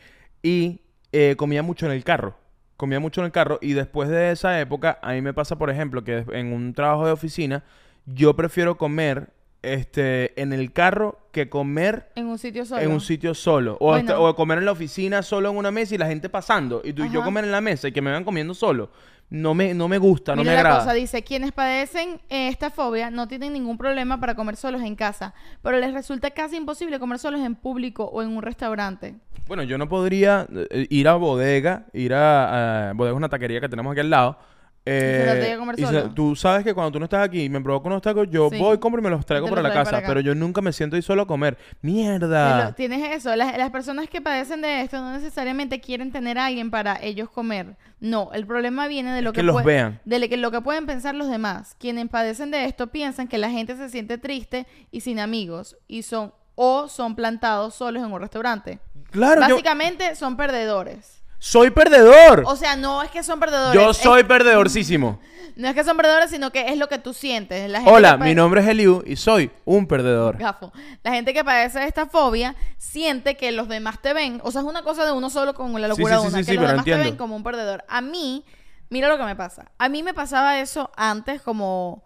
[SPEAKER 1] Y eh, comía mucho en el carro. Comía mucho en el carro. Y después de esa época, a mí me pasa, por ejemplo, que des- en un trabajo de oficina, yo prefiero comer este, en el carro que comer
[SPEAKER 2] En un sitio solo.
[SPEAKER 1] en un sitio solo. O,
[SPEAKER 2] Bueno.
[SPEAKER 1] hasta- o comer en la oficina solo en una mesa y la gente pasando. Y tú y yo
[SPEAKER 2] Ajá.
[SPEAKER 1] comer en la mesa y que me van comiendo solo. No me, no me gusta, no
[SPEAKER 2] Mira
[SPEAKER 1] me
[SPEAKER 2] la
[SPEAKER 1] agrada.
[SPEAKER 2] cosa, dice, quienes padecen eh, esta fobia no tienen ningún problema para comer solos en casa, pero les resulta casi imposible comer solos en público o en un restaurante.
[SPEAKER 1] Bueno, yo no podría eh, ir a bodega, ir a, a- bodega es una taquería que tenemos aquí al lado. eh,
[SPEAKER 2] Y se la tiene que comer
[SPEAKER 1] y se-
[SPEAKER 2] solo.
[SPEAKER 1] tú sabes que cuando tú no estás aquí y me provoco unos tacos, yo
[SPEAKER 2] Sí.
[SPEAKER 1] voy, compro y me los traigo
[SPEAKER 2] te
[SPEAKER 1] para
[SPEAKER 2] los
[SPEAKER 1] la
[SPEAKER 2] traes
[SPEAKER 1] casa.
[SPEAKER 2] para acá.
[SPEAKER 1] pero yo nunca me siento ahí solo a comer.
[SPEAKER 2] Pero
[SPEAKER 1] ¡Mierda!
[SPEAKER 2] tienes eso, las, las personas que padecen de esto no necesariamente quieren tener a alguien para ellos comer. No, el problema viene de lo
[SPEAKER 1] que los
[SPEAKER 2] pue-
[SPEAKER 1] vean.
[SPEAKER 2] De lo que, lo que pueden pensar los demás. Quienes padecen de esto piensan que la gente se siente triste y sin amigos y son o son plantados solos en un restaurante.
[SPEAKER 1] Claro, yo
[SPEAKER 2] Básicamente son perdedores.
[SPEAKER 1] soy perdedor.
[SPEAKER 2] O sea, no es que son perdedores.
[SPEAKER 1] yo
[SPEAKER 2] es-
[SPEAKER 1] soy perdedorcísimo.
[SPEAKER 2] no es que son perdedores, sino que es lo que tú sientes. La gente
[SPEAKER 1] Hola,
[SPEAKER 2] que
[SPEAKER 1] mi
[SPEAKER 2] pade-
[SPEAKER 1] nombre es Eliu y soy un perdedor.
[SPEAKER 2] Gafo. La gente que padece de esta fobia siente que los demás te ven. O sea, es una cosa de uno solo con la
[SPEAKER 1] Sí,
[SPEAKER 2] locura
[SPEAKER 1] sí, sí,
[SPEAKER 2] de
[SPEAKER 1] sí,
[SPEAKER 2] uno. que
[SPEAKER 1] sí,
[SPEAKER 2] los
[SPEAKER 1] pero
[SPEAKER 2] demás te ven
[SPEAKER 1] entiendo.
[SPEAKER 2] como un perdedor. A mí, mira lo que me pasa. A mí me pasaba eso antes como...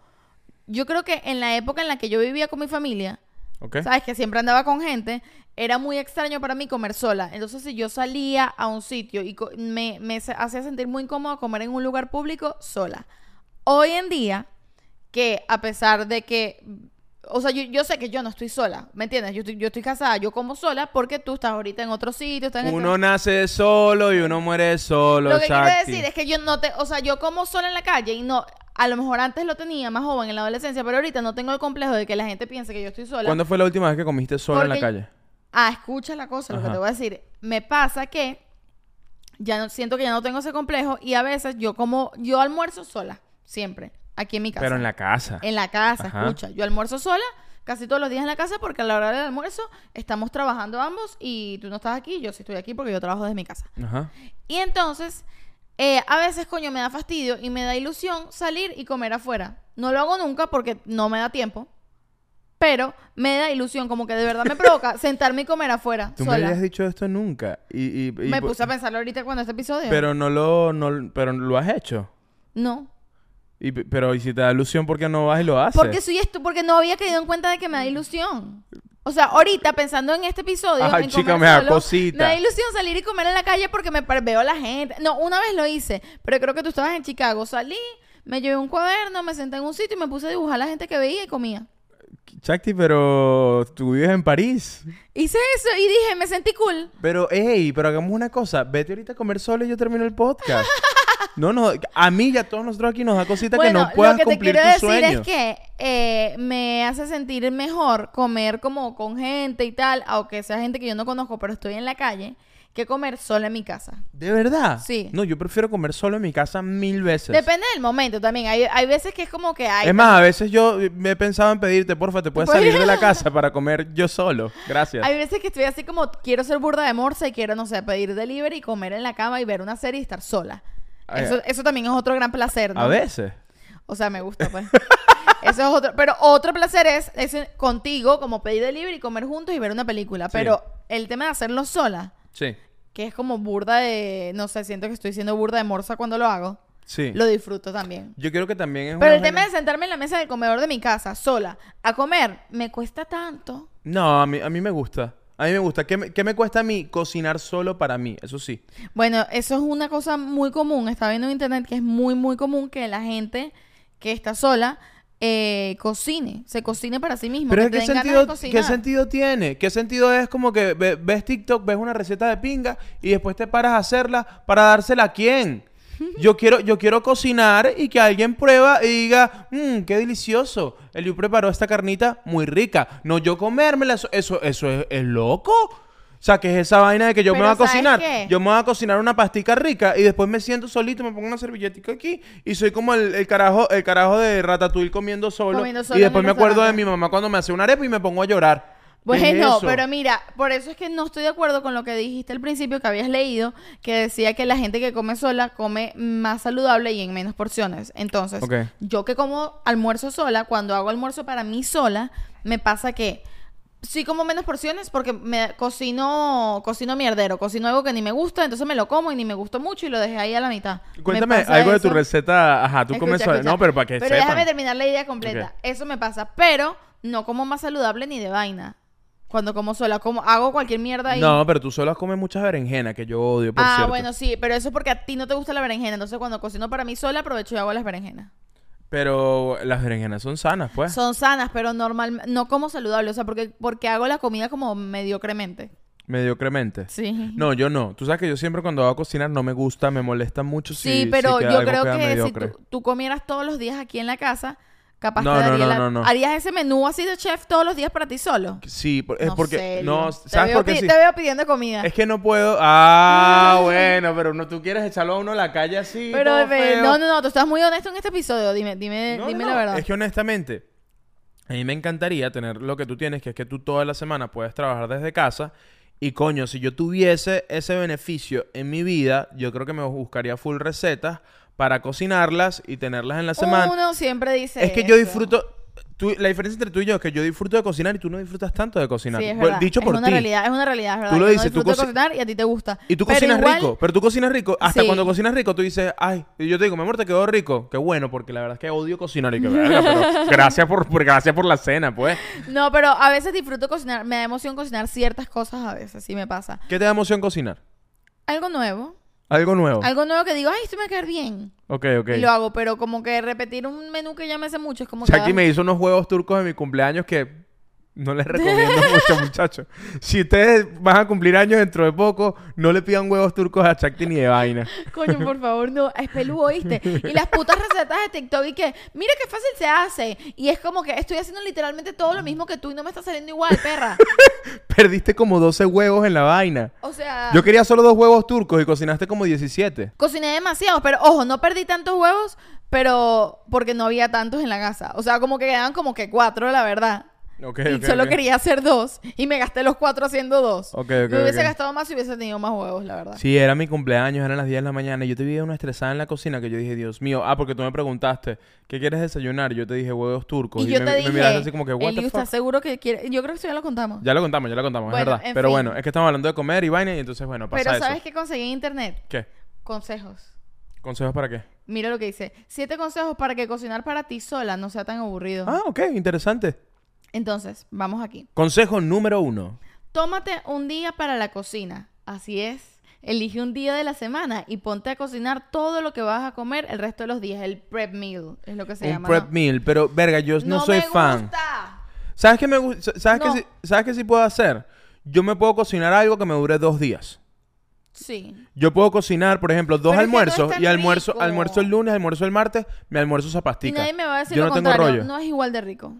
[SPEAKER 2] Yo creo que en la época en la que yo vivía con mi familia,
[SPEAKER 1] ¿Ok?
[SPEAKER 2] ¿Sabes? Que siempre andaba con gente. Era muy extraño para mí comer sola. Entonces, si yo salía a un sitio y co- me, me se- hacía sentir muy incómoda comer en un lugar público sola. Hoy en día, que a pesar de que. O sea, yo, yo sé que yo no estoy sola, ¿me entiendes? Yo estoy, yo estoy casada, yo como sola porque tú estás ahorita en otro sitio, estás en este
[SPEAKER 1] Uno nace solo y uno muere solo.
[SPEAKER 2] lo que quiero
[SPEAKER 1] Shakti.
[SPEAKER 2] decir es que yo no te, o sea, yo como sola en la calle y no, a lo mejor antes lo tenía más joven en la adolescencia, pero ahorita no tengo el complejo de que la gente piense que yo estoy sola.
[SPEAKER 1] ¿Cuándo fue la última vez que comiste solo en la
[SPEAKER 2] Porque-
[SPEAKER 1] calle?
[SPEAKER 2] Ah, escucha la cosa, lo que
[SPEAKER 1] Ajá.
[SPEAKER 2] te voy a decir. Me pasa que ya no siento que ya no tengo ese complejo y a veces yo como yo almuerzo sola, siempre, aquí en mi casa.
[SPEAKER 1] Pero en la casa.
[SPEAKER 2] En la casa,
[SPEAKER 1] Ajá.
[SPEAKER 2] escucha, yo almuerzo sola casi todos los días en la casa porque a la hora del almuerzo estamos trabajando ambos y tú no estás aquí, yo sí estoy aquí porque yo trabajo desde mi casa.
[SPEAKER 1] Ajá.
[SPEAKER 2] Y entonces, eh, a veces, coño, me da fastidio y me da ilusión salir y comer afuera. No lo hago nunca porque no me da tiempo. Pero me da ilusión, como que de verdad me provoca sentarme y comer afuera
[SPEAKER 1] Tú me
[SPEAKER 2] sola.
[SPEAKER 1] habías
[SPEAKER 2] Me,
[SPEAKER 1] dicho esto nunca. Y, y- y po-
[SPEAKER 2] puse a pensarlo ahorita cuando este episodio.
[SPEAKER 1] Pero no lo, no- pero lo has hecho.
[SPEAKER 2] no.
[SPEAKER 1] Y, p- pero y si te da ilusión, ¿por qué no vas y lo haces? Mm.
[SPEAKER 2] Porque soy esto, porque no había caído en cuenta de que me da ilusión. O sea, ahorita pensando en este episodio.
[SPEAKER 1] Ay,
[SPEAKER 2] en
[SPEAKER 1] chica,
[SPEAKER 2] comer
[SPEAKER 1] me da
[SPEAKER 2] solo,
[SPEAKER 1] cosita.
[SPEAKER 2] Me da ilusión salir y comer en la calle porque me par- veo a la gente. No, una vez lo hice, pero creo que tú estabas en Chicago. Salí, me llevé un cuaderno, me senté en un sitio y me puse a dibujar a la gente que veía y comía.
[SPEAKER 1] Chakti, pero tú vives en París.
[SPEAKER 2] Hice eso y dije, me sentí cool.
[SPEAKER 1] Pero, hey, pero hagamos una cosa. Vete ahorita a comer solo y yo termino el podcast. No, no, a mí y a todos nosotros aquí nos da cosita
[SPEAKER 2] bueno,
[SPEAKER 1] que no puedas
[SPEAKER 2] lo que te
[SPEAKER 1] cumplir
[SPEAKER 2] quiero
[SPEAKER 1] tus
[SPEAKER 2] decir
[SPEAKER 1] sueños.
[SPEAKER 2] es que eh, me hace sentir mejor comer como con gente y tal, aunque sea gente que yo no conozco, pero estoy en la calle, que comer sola en mi casa.
[SPEAKER 1] ¿De verdad?
[SPEAKER 2] Sí.
[SPEAKER 1] No, yo prefiero comer solo en mi casa mil veces.
[SPEAKER 2] Depende del momento también. Hay, hay veces que es como que hay.
[SPEAKER 1] es más, a veces yo eh, me he pensado en pedirte, porfa, te puedes
[SPEAKER 2] Pues-
[SPEAKER 1] salir de la casa para comer yo solo. Gracias.
[SPEAKER 2] Hay veces que estoy así como quiero ser burda de morsa y quiero, no sé, pedir delivery y comer en la cama y ver una serie y estar sola.
[SPEAKER 1] Ay,
[SPEAKER 2] Eso, eso también es otro gran placer, ¿no?
[SPEAKER 1] A veces.
[SPEAKER 2] O sea, me gusta, pues. Eso es otro. Pero otro placer es, es contigo, como pedir delivery, comer juntos y ver una película.
[SPEAKER 1] Sí.
[SPEAKER 2] Pero el tema de hacerlo sola,
[SPEAKER 1] Sí.
[SPEAKER 2] que es como burda de. No sé, siento que estoy siendo burda de morsa cuando lo hago.
[SPEAKER 1] Sí.
[SPEAKER 2] Lo disfruto también.
[SPEAKER 1] Yo creo que también es
[SPEAKER 2] Pero
[SPEAKER 1] una
[SPEAKER 2] el tema
[SPEAKER 1] vaina-
[SPEAKER 2] de sentarme en la mesa del comedor de mi casa, sola, a comer, me cuesta tanto.
[SPEAKER 1] No, a mí, a mí me gusta. A mí me gusta. ¿Qué me, qué me cuesta a mí cocinar solo para mí? Eso sí.
[SPEAKER 2] Bueno, eso es una cosa muy común. Estaba viendo en internet que es muy, muy común que la gente que está sola eh, cocine, se cocine para sí misma.
[SPEAKER 1] Pero es
[SPEAKER 2] que
[SPEAKER 1] que
[SPEAKER 2] te den ganas
[SPEAKER 1] sentido,
[SPEAKER 2] de
[SPEAKER 1] ¿qué
[SPEAKER 2] cocinar.
[SPEAKER 1] sentido tiene? ¿Qué sentido es como que ve- ves TikTok, ves una receta de pinga y después te paras a hacerla para dársela a quién? Yo quiero, yo quiero cocinar y que alguien prueba y diga, mmm, qué delicioso. Eliu preparó esta carnita muy rica. No yo comérmela, eso, eso, eso es, es loco. O sea, que es esa vaina de que yo me
[SPEAKER 2] Pero
[SPEAKER 1] voy a
[SPEAKER 2] ¿sabes
[SPEAKER 1] cocinar.
[SPEAKER 2] qué?
[SPEAKER 1] Yo me voy a cocinar una pastica rica y después me siento solito, me pongo una servilletica aquí y soy como el, el carajo, el carajo de Ratatouille comiendo solo.
[SPEAKER 2] Comiendo solo
[SPEAKER 1] y
[SPEAKER 2] en
[SPEAKER 1] después
[SPEAKER 2] el
[SPEAKER 1] me acuerdo de
[SPEAKER 2] restaurante.
[SPEAKER 1] mi mi mamá cuando me hace una arepa y me pongo a llorar. ¿Qué es
[SPEAKER 2] Bueno,
[SPEAKER 1] eso?
[SPEAKER 2] pero mira, por eso es que no estoy de acuerdo con lo que dijiste al principio que habías leído, que decía que la gente que come sola come más saludable y en menos porciones. Entonces,
[SPEAKER 1] Ok.
[SPEAKER 2] yo que como almuerzo sola, cuando hago almuerzo para mí sola, me pasa que sí como menos porciones porque me cocino cocino mierdero, cocino algo que ni me gusta, entonces me lo como y ni me gustó mucho y lo dejé ahí a la mitad. Me
[SPEAKER 1] Cuéntame
[SPEAKER 2] pasa
[SPEAKER 1] algo de tu
[SPEAKER 2] eso.
[SPEAKER 1] receta. Ajá, tú comes
[SPEAKER 2] Escucha,
[SPEAKER 1] sola.
[SPEAKER 2] escucha.
[SPEAKER 1] No, pero para que
[SPEAKER 2] Pero
[SPEAKER 1] sepan.
[SPEAKER 2] déjame terminar la idea completa. Eso me pasa, pero no como más saludable ni de vaina. Cuando como sola, como hago cualquier mierda ahí.
[SPEAKER 1] No, pero tú sola comes muchas berenjenas que yo odio, por
[SPEAKER 2] ah,
[SPEAKER 1] cierto.
[SPEAKER 2] bueno, sí, pero eso es porque a ti no te gusta la berenjena, entonces cuando cocino para mí sola aprovecho y hago las berenjenas.
[SPEAKER 1] Pero las berenjenas son sanas, pues.
[SPEAKER 2] Son sanas, pero normal no como saludable, o sea, porque porque hago la comida como mediocremente.
[SPEAKER 1] Mediocremente.
[SPEAKER 2] Sí.
[SPEAKER 1] No, yo no. Tú sabes que yo siempre cuando hago a cocinar no me gusta, me molesta mucho si
[SPEAKER 2] sí,
[SPEAKER 1] si
[SPEAKER 2] pero
[SPEAKER 1] queda-
[SPEAKER 2] yo
[SPEAKER 1] algo
[SPEAKER 2] creo
[SPEAKER 1] queda
[SPEAKER 2] que si
[SPEAKER 1] mediocre.
[SPEAKER 2] tú, tú comieras todos los días aquí en la casa, capaz
[SPEAKER 1] No,
[SPEAKER 2] te
[SPEAKER 1] no,
[SPEAKER 2] daría
[SPEAKER 1] no,
[SPEAKER 2] la-
[SPEAKER 1] no, no.
[SPEAKER 2] harías ese menú así de chef todos los días para ti solo.
[SPEAKER 1] Sí, por- es
[SPEAKER 2] No
[SPEAKER 1] porque
[SPEAKER 2] sé,
[SPEAKER 1] no,
[SPEAKER 2] Leo. te
[SPEAKER 1] ¿sabes
[SPEAKER 2] veo,
[SPEAKER 1] por qué
[SPEAKER 2] pi-
[SPEAKER 1] sí?
[SPEAKER 2] te veo pidiendo comida.
[SPEAKER 1] Es que no puedo. Ah, bueno, pero no tú quieres echarlo a uno a la calle así.
[SPEAKER 2] Pero
[SPEAKER 1] todo
[SPEAKER 2] ve,
[SPEAKER 1] feo.
[SPEAKER 2] no, no, no, tú estás muy honesto en este episodio. Dime, dime,
[SPEAKER 1] No,
[SPEAKER 2] dime
[SPEAKER 1] no,
[SPEAKER 2] la
[SPEAKER 1] no.
[SPEAKER 2] verdad.
[SPEAKER 1] Es que honestamente, a mí me encantaría tener lo que tú tienes, que es que tú toda la semana puedes trabajar desde casa. Y coño, si yo tuviese ese beneficio en mi vida, yo creo que me buscaría full recetas para cocinarlas y tenerlas en la semana.
[SPEAKER 2] Uno siempre dice.
[SPEAKER 1] es que yo
[SPEAKER 2] eso.
[SPEAKER 1] disfruto. tú- la diferencia entre tú y yo es que yo disfruto de cocinar y tú no disfrutas tanto de
[SPEAKER 2] Sí,
[SPEAKER 1] cocinar.
[SPEAKER 2] es
[SPEAKER 1] Bueno,
[SPEAKER 2] verdad.
[SPEAKER 1] Dicho por
[SPEAKER 2] es una
[SPEAKER 1] ti.
[SPEAKER 2] realidad, es una realidad, es verdad.
[SPEAKER 1] Tú lo
[SPEAKER 2] Yo no
[SPEAKER 1] dices, tú
[SPEAKER 2] disfruto
[SPEAKER 1] coci-
[SPEAKER 2] cocinar y a ti te gusta.
[SPEAKER 1] Y tú
[SPEAKER 2] Pero
[SPEAKER 1] cocinas
[SPEAKER 2] igual-
[SPEAKER 1] rico, pero tú cocinas rico. Hasta
[SPEAKER 2] Sí.
[SPEAKER 1] cuando cocinas rico, tú dices, ay, y yo te digo, mi amor, te quedó rico. Qué bueno, porque la verdad es que odio cocinar y que verga, pero gracias por, por- gracias por la cena, pues.
[SPEAKER 2] No, pero a veces disfruto cocinar. Me da emoción cocinar ciertas cosas a veces, sí me pasa.
[SPEAKER 1] ¿Qué te da emoción cocinar?
[SPEAKER 2] Algo nuevo.
[SPEAKER 1] Algo nuevo.
[SPEAKER 2] Algo nuevo que digo, ay, esto me va a quedar bien.
[SPEAKER 1] Ok, Oh. ok.
[SPEAKER 2] Y lo hago, pero como que repetir un menú que ya me hace mucho es como que.
[SPEAKER 1] Chucky
[SPEAKER 2] ay,
[SPEAKER 1] me hizo unos huevos turcos de mi cumpleaños que no les recomiendo mucho, muchachos. Si ustedes van a cumplir años dentro de poco, no le pidan huevos turcos a Chucky ni de vaina.
[SPEAKER 2] Coño, por favor, no, es peludo, ¿oíste? Y las putas recetas de TikTok y que, mira qué fácil se hace. Y es como que estoy haciendo literalmente todo lo mismo que tú y no me está saliendo igual, perra.
[SPEAKER 1] Perdiste como 12 huevos en la vaina.
[SPEAKER 2] O sea,
[SPEAKER 1] Yo quería solo dos huevos turcos y cocinaste como 17.
[SPEAKER 2] cociné demasiado, pero ojo, no perdí tantos huevos, pero porque no había tantos en la casa. O sea, como que quedaban como que cuatro, la verdad.
[SPEAKER 1] Ok,
[SPEAKER 2] y
[SPEAKER 1] ok,
[SPEAKER 2] solo
[SPEAKER 1] ok.
[SPEAKER 2] quería hacer dos y me gasté los cuatro haciendo dos.
[SPEAKER 1] Ok, ok,
[SPEAKER 2] me hubiese
[SPEAKER 1] ok.
[SPEAKER 2] gastado más si hubiese tenido más huevos, la verdad.
[SPEAKER 1] Sí, era mi cumpleaños, eran las 10 de la mañana. Y yo te vi una estresada en la cocina que yo dije, Dios mío. Ah, porque tú me preguntaste, ¿qué quieres desayunar? Yo te dije huevos turcos.
[SPEAKER 2] Y, yo
[SPEAKER 1] me,
[SPEAKER 2] te
[SPEAKER 1] me
[SPEAKER 2] dije,
[SPEAKER 1] miraste así como que, ¿what
[SPEAKER 2] Eli,
[SPEAKER 1] the
[SPEAKER 2] ¿estás
[SPEAKER 1] fuck?
[SPEAKER 2] seguro que quiere? Yo creo que esto ya lo contamos.
[SPEAKER 1] Ya lo contamos, ya lo contamos, es
[SPEAKER 2] Bueno,
[SPEAKER 1] verdad.
[SPEAKER 2] en
[SPEAKER 1] Pero
[SPEAKER 2] fin.
[SPEAKER 1] bueno, es que estamos hablando de comer y vaina y entonces, bueno, pasa
[SPEAKER 2] pero
[SPEAKER 1] eso.
[SPEAKER 2] ¿sabes qué conseguí en internet?
[SPEAKER 1] ¿Qué?
[SPEAKER 2] Consejos.
[SPEAKER 1] ¿Consejos para qué?
[SPEAKER 2] Mira lo que dice. Siete consejos para que cocinar para ti sola no sea tan aburrido.
[SPEAKER 1] Ah, ok, interesante.
[SPEAKER 2] Entonces, vamos aquí.
[SPEAKER 1] Consejo número uno.
[SPEAKER 2] Tómate un día para la cocina. Así es. Elige un día de la semana y ponte a cocinar todo lo que vas a comer el resto de los días. El prep meal es lo que se
[SPEAKER 1] un
[SPEAKER 2] llama.
[SPEAKER 1] prep
[SPEAKER 2] ¿no?
[SPEAKER 1] meal, pero verga, yo no, soy
[SPEAKER 2] me
[SPEAKER 1] fan.
[SPEAKER 2] gusta.
[SPEAKER 1] ¿Sabes qué me gu- sa- ¿Sabes
[SPEAKER 2] No.
[SPEAKER 1] qué sí- sabes qué sí puedo hacer? Yo me puedo cocinar algo que me dure dos días.
[SPEAKER 2] Sí.
[SPEAKER 1] Yo puedo cocinar, por ejemplo, dos
[SPEAKER 2] Pero es que no es
[SPEAKER 1] almuerzos
[SPEAKER 2] tan
[SPEAKER 1] y almuerzo,
[SPEAKER 2] rico.
[SPEAKER 1] almuerzo el lunes, almuerzo el martes, me almuerzo
[SPEAKER 2] Y
[SPEAKER 1] zapastica.
[SPEAKER 2] nadie me va a decir
[SPEAKER 1] Yo
[SPEAKER 2] lo
[SPEAKER 1] no tengo
[SPEAKER 2] contrario.
[SPEAKER 1] rollo.
[SPEAKER 2] No es igual de rico.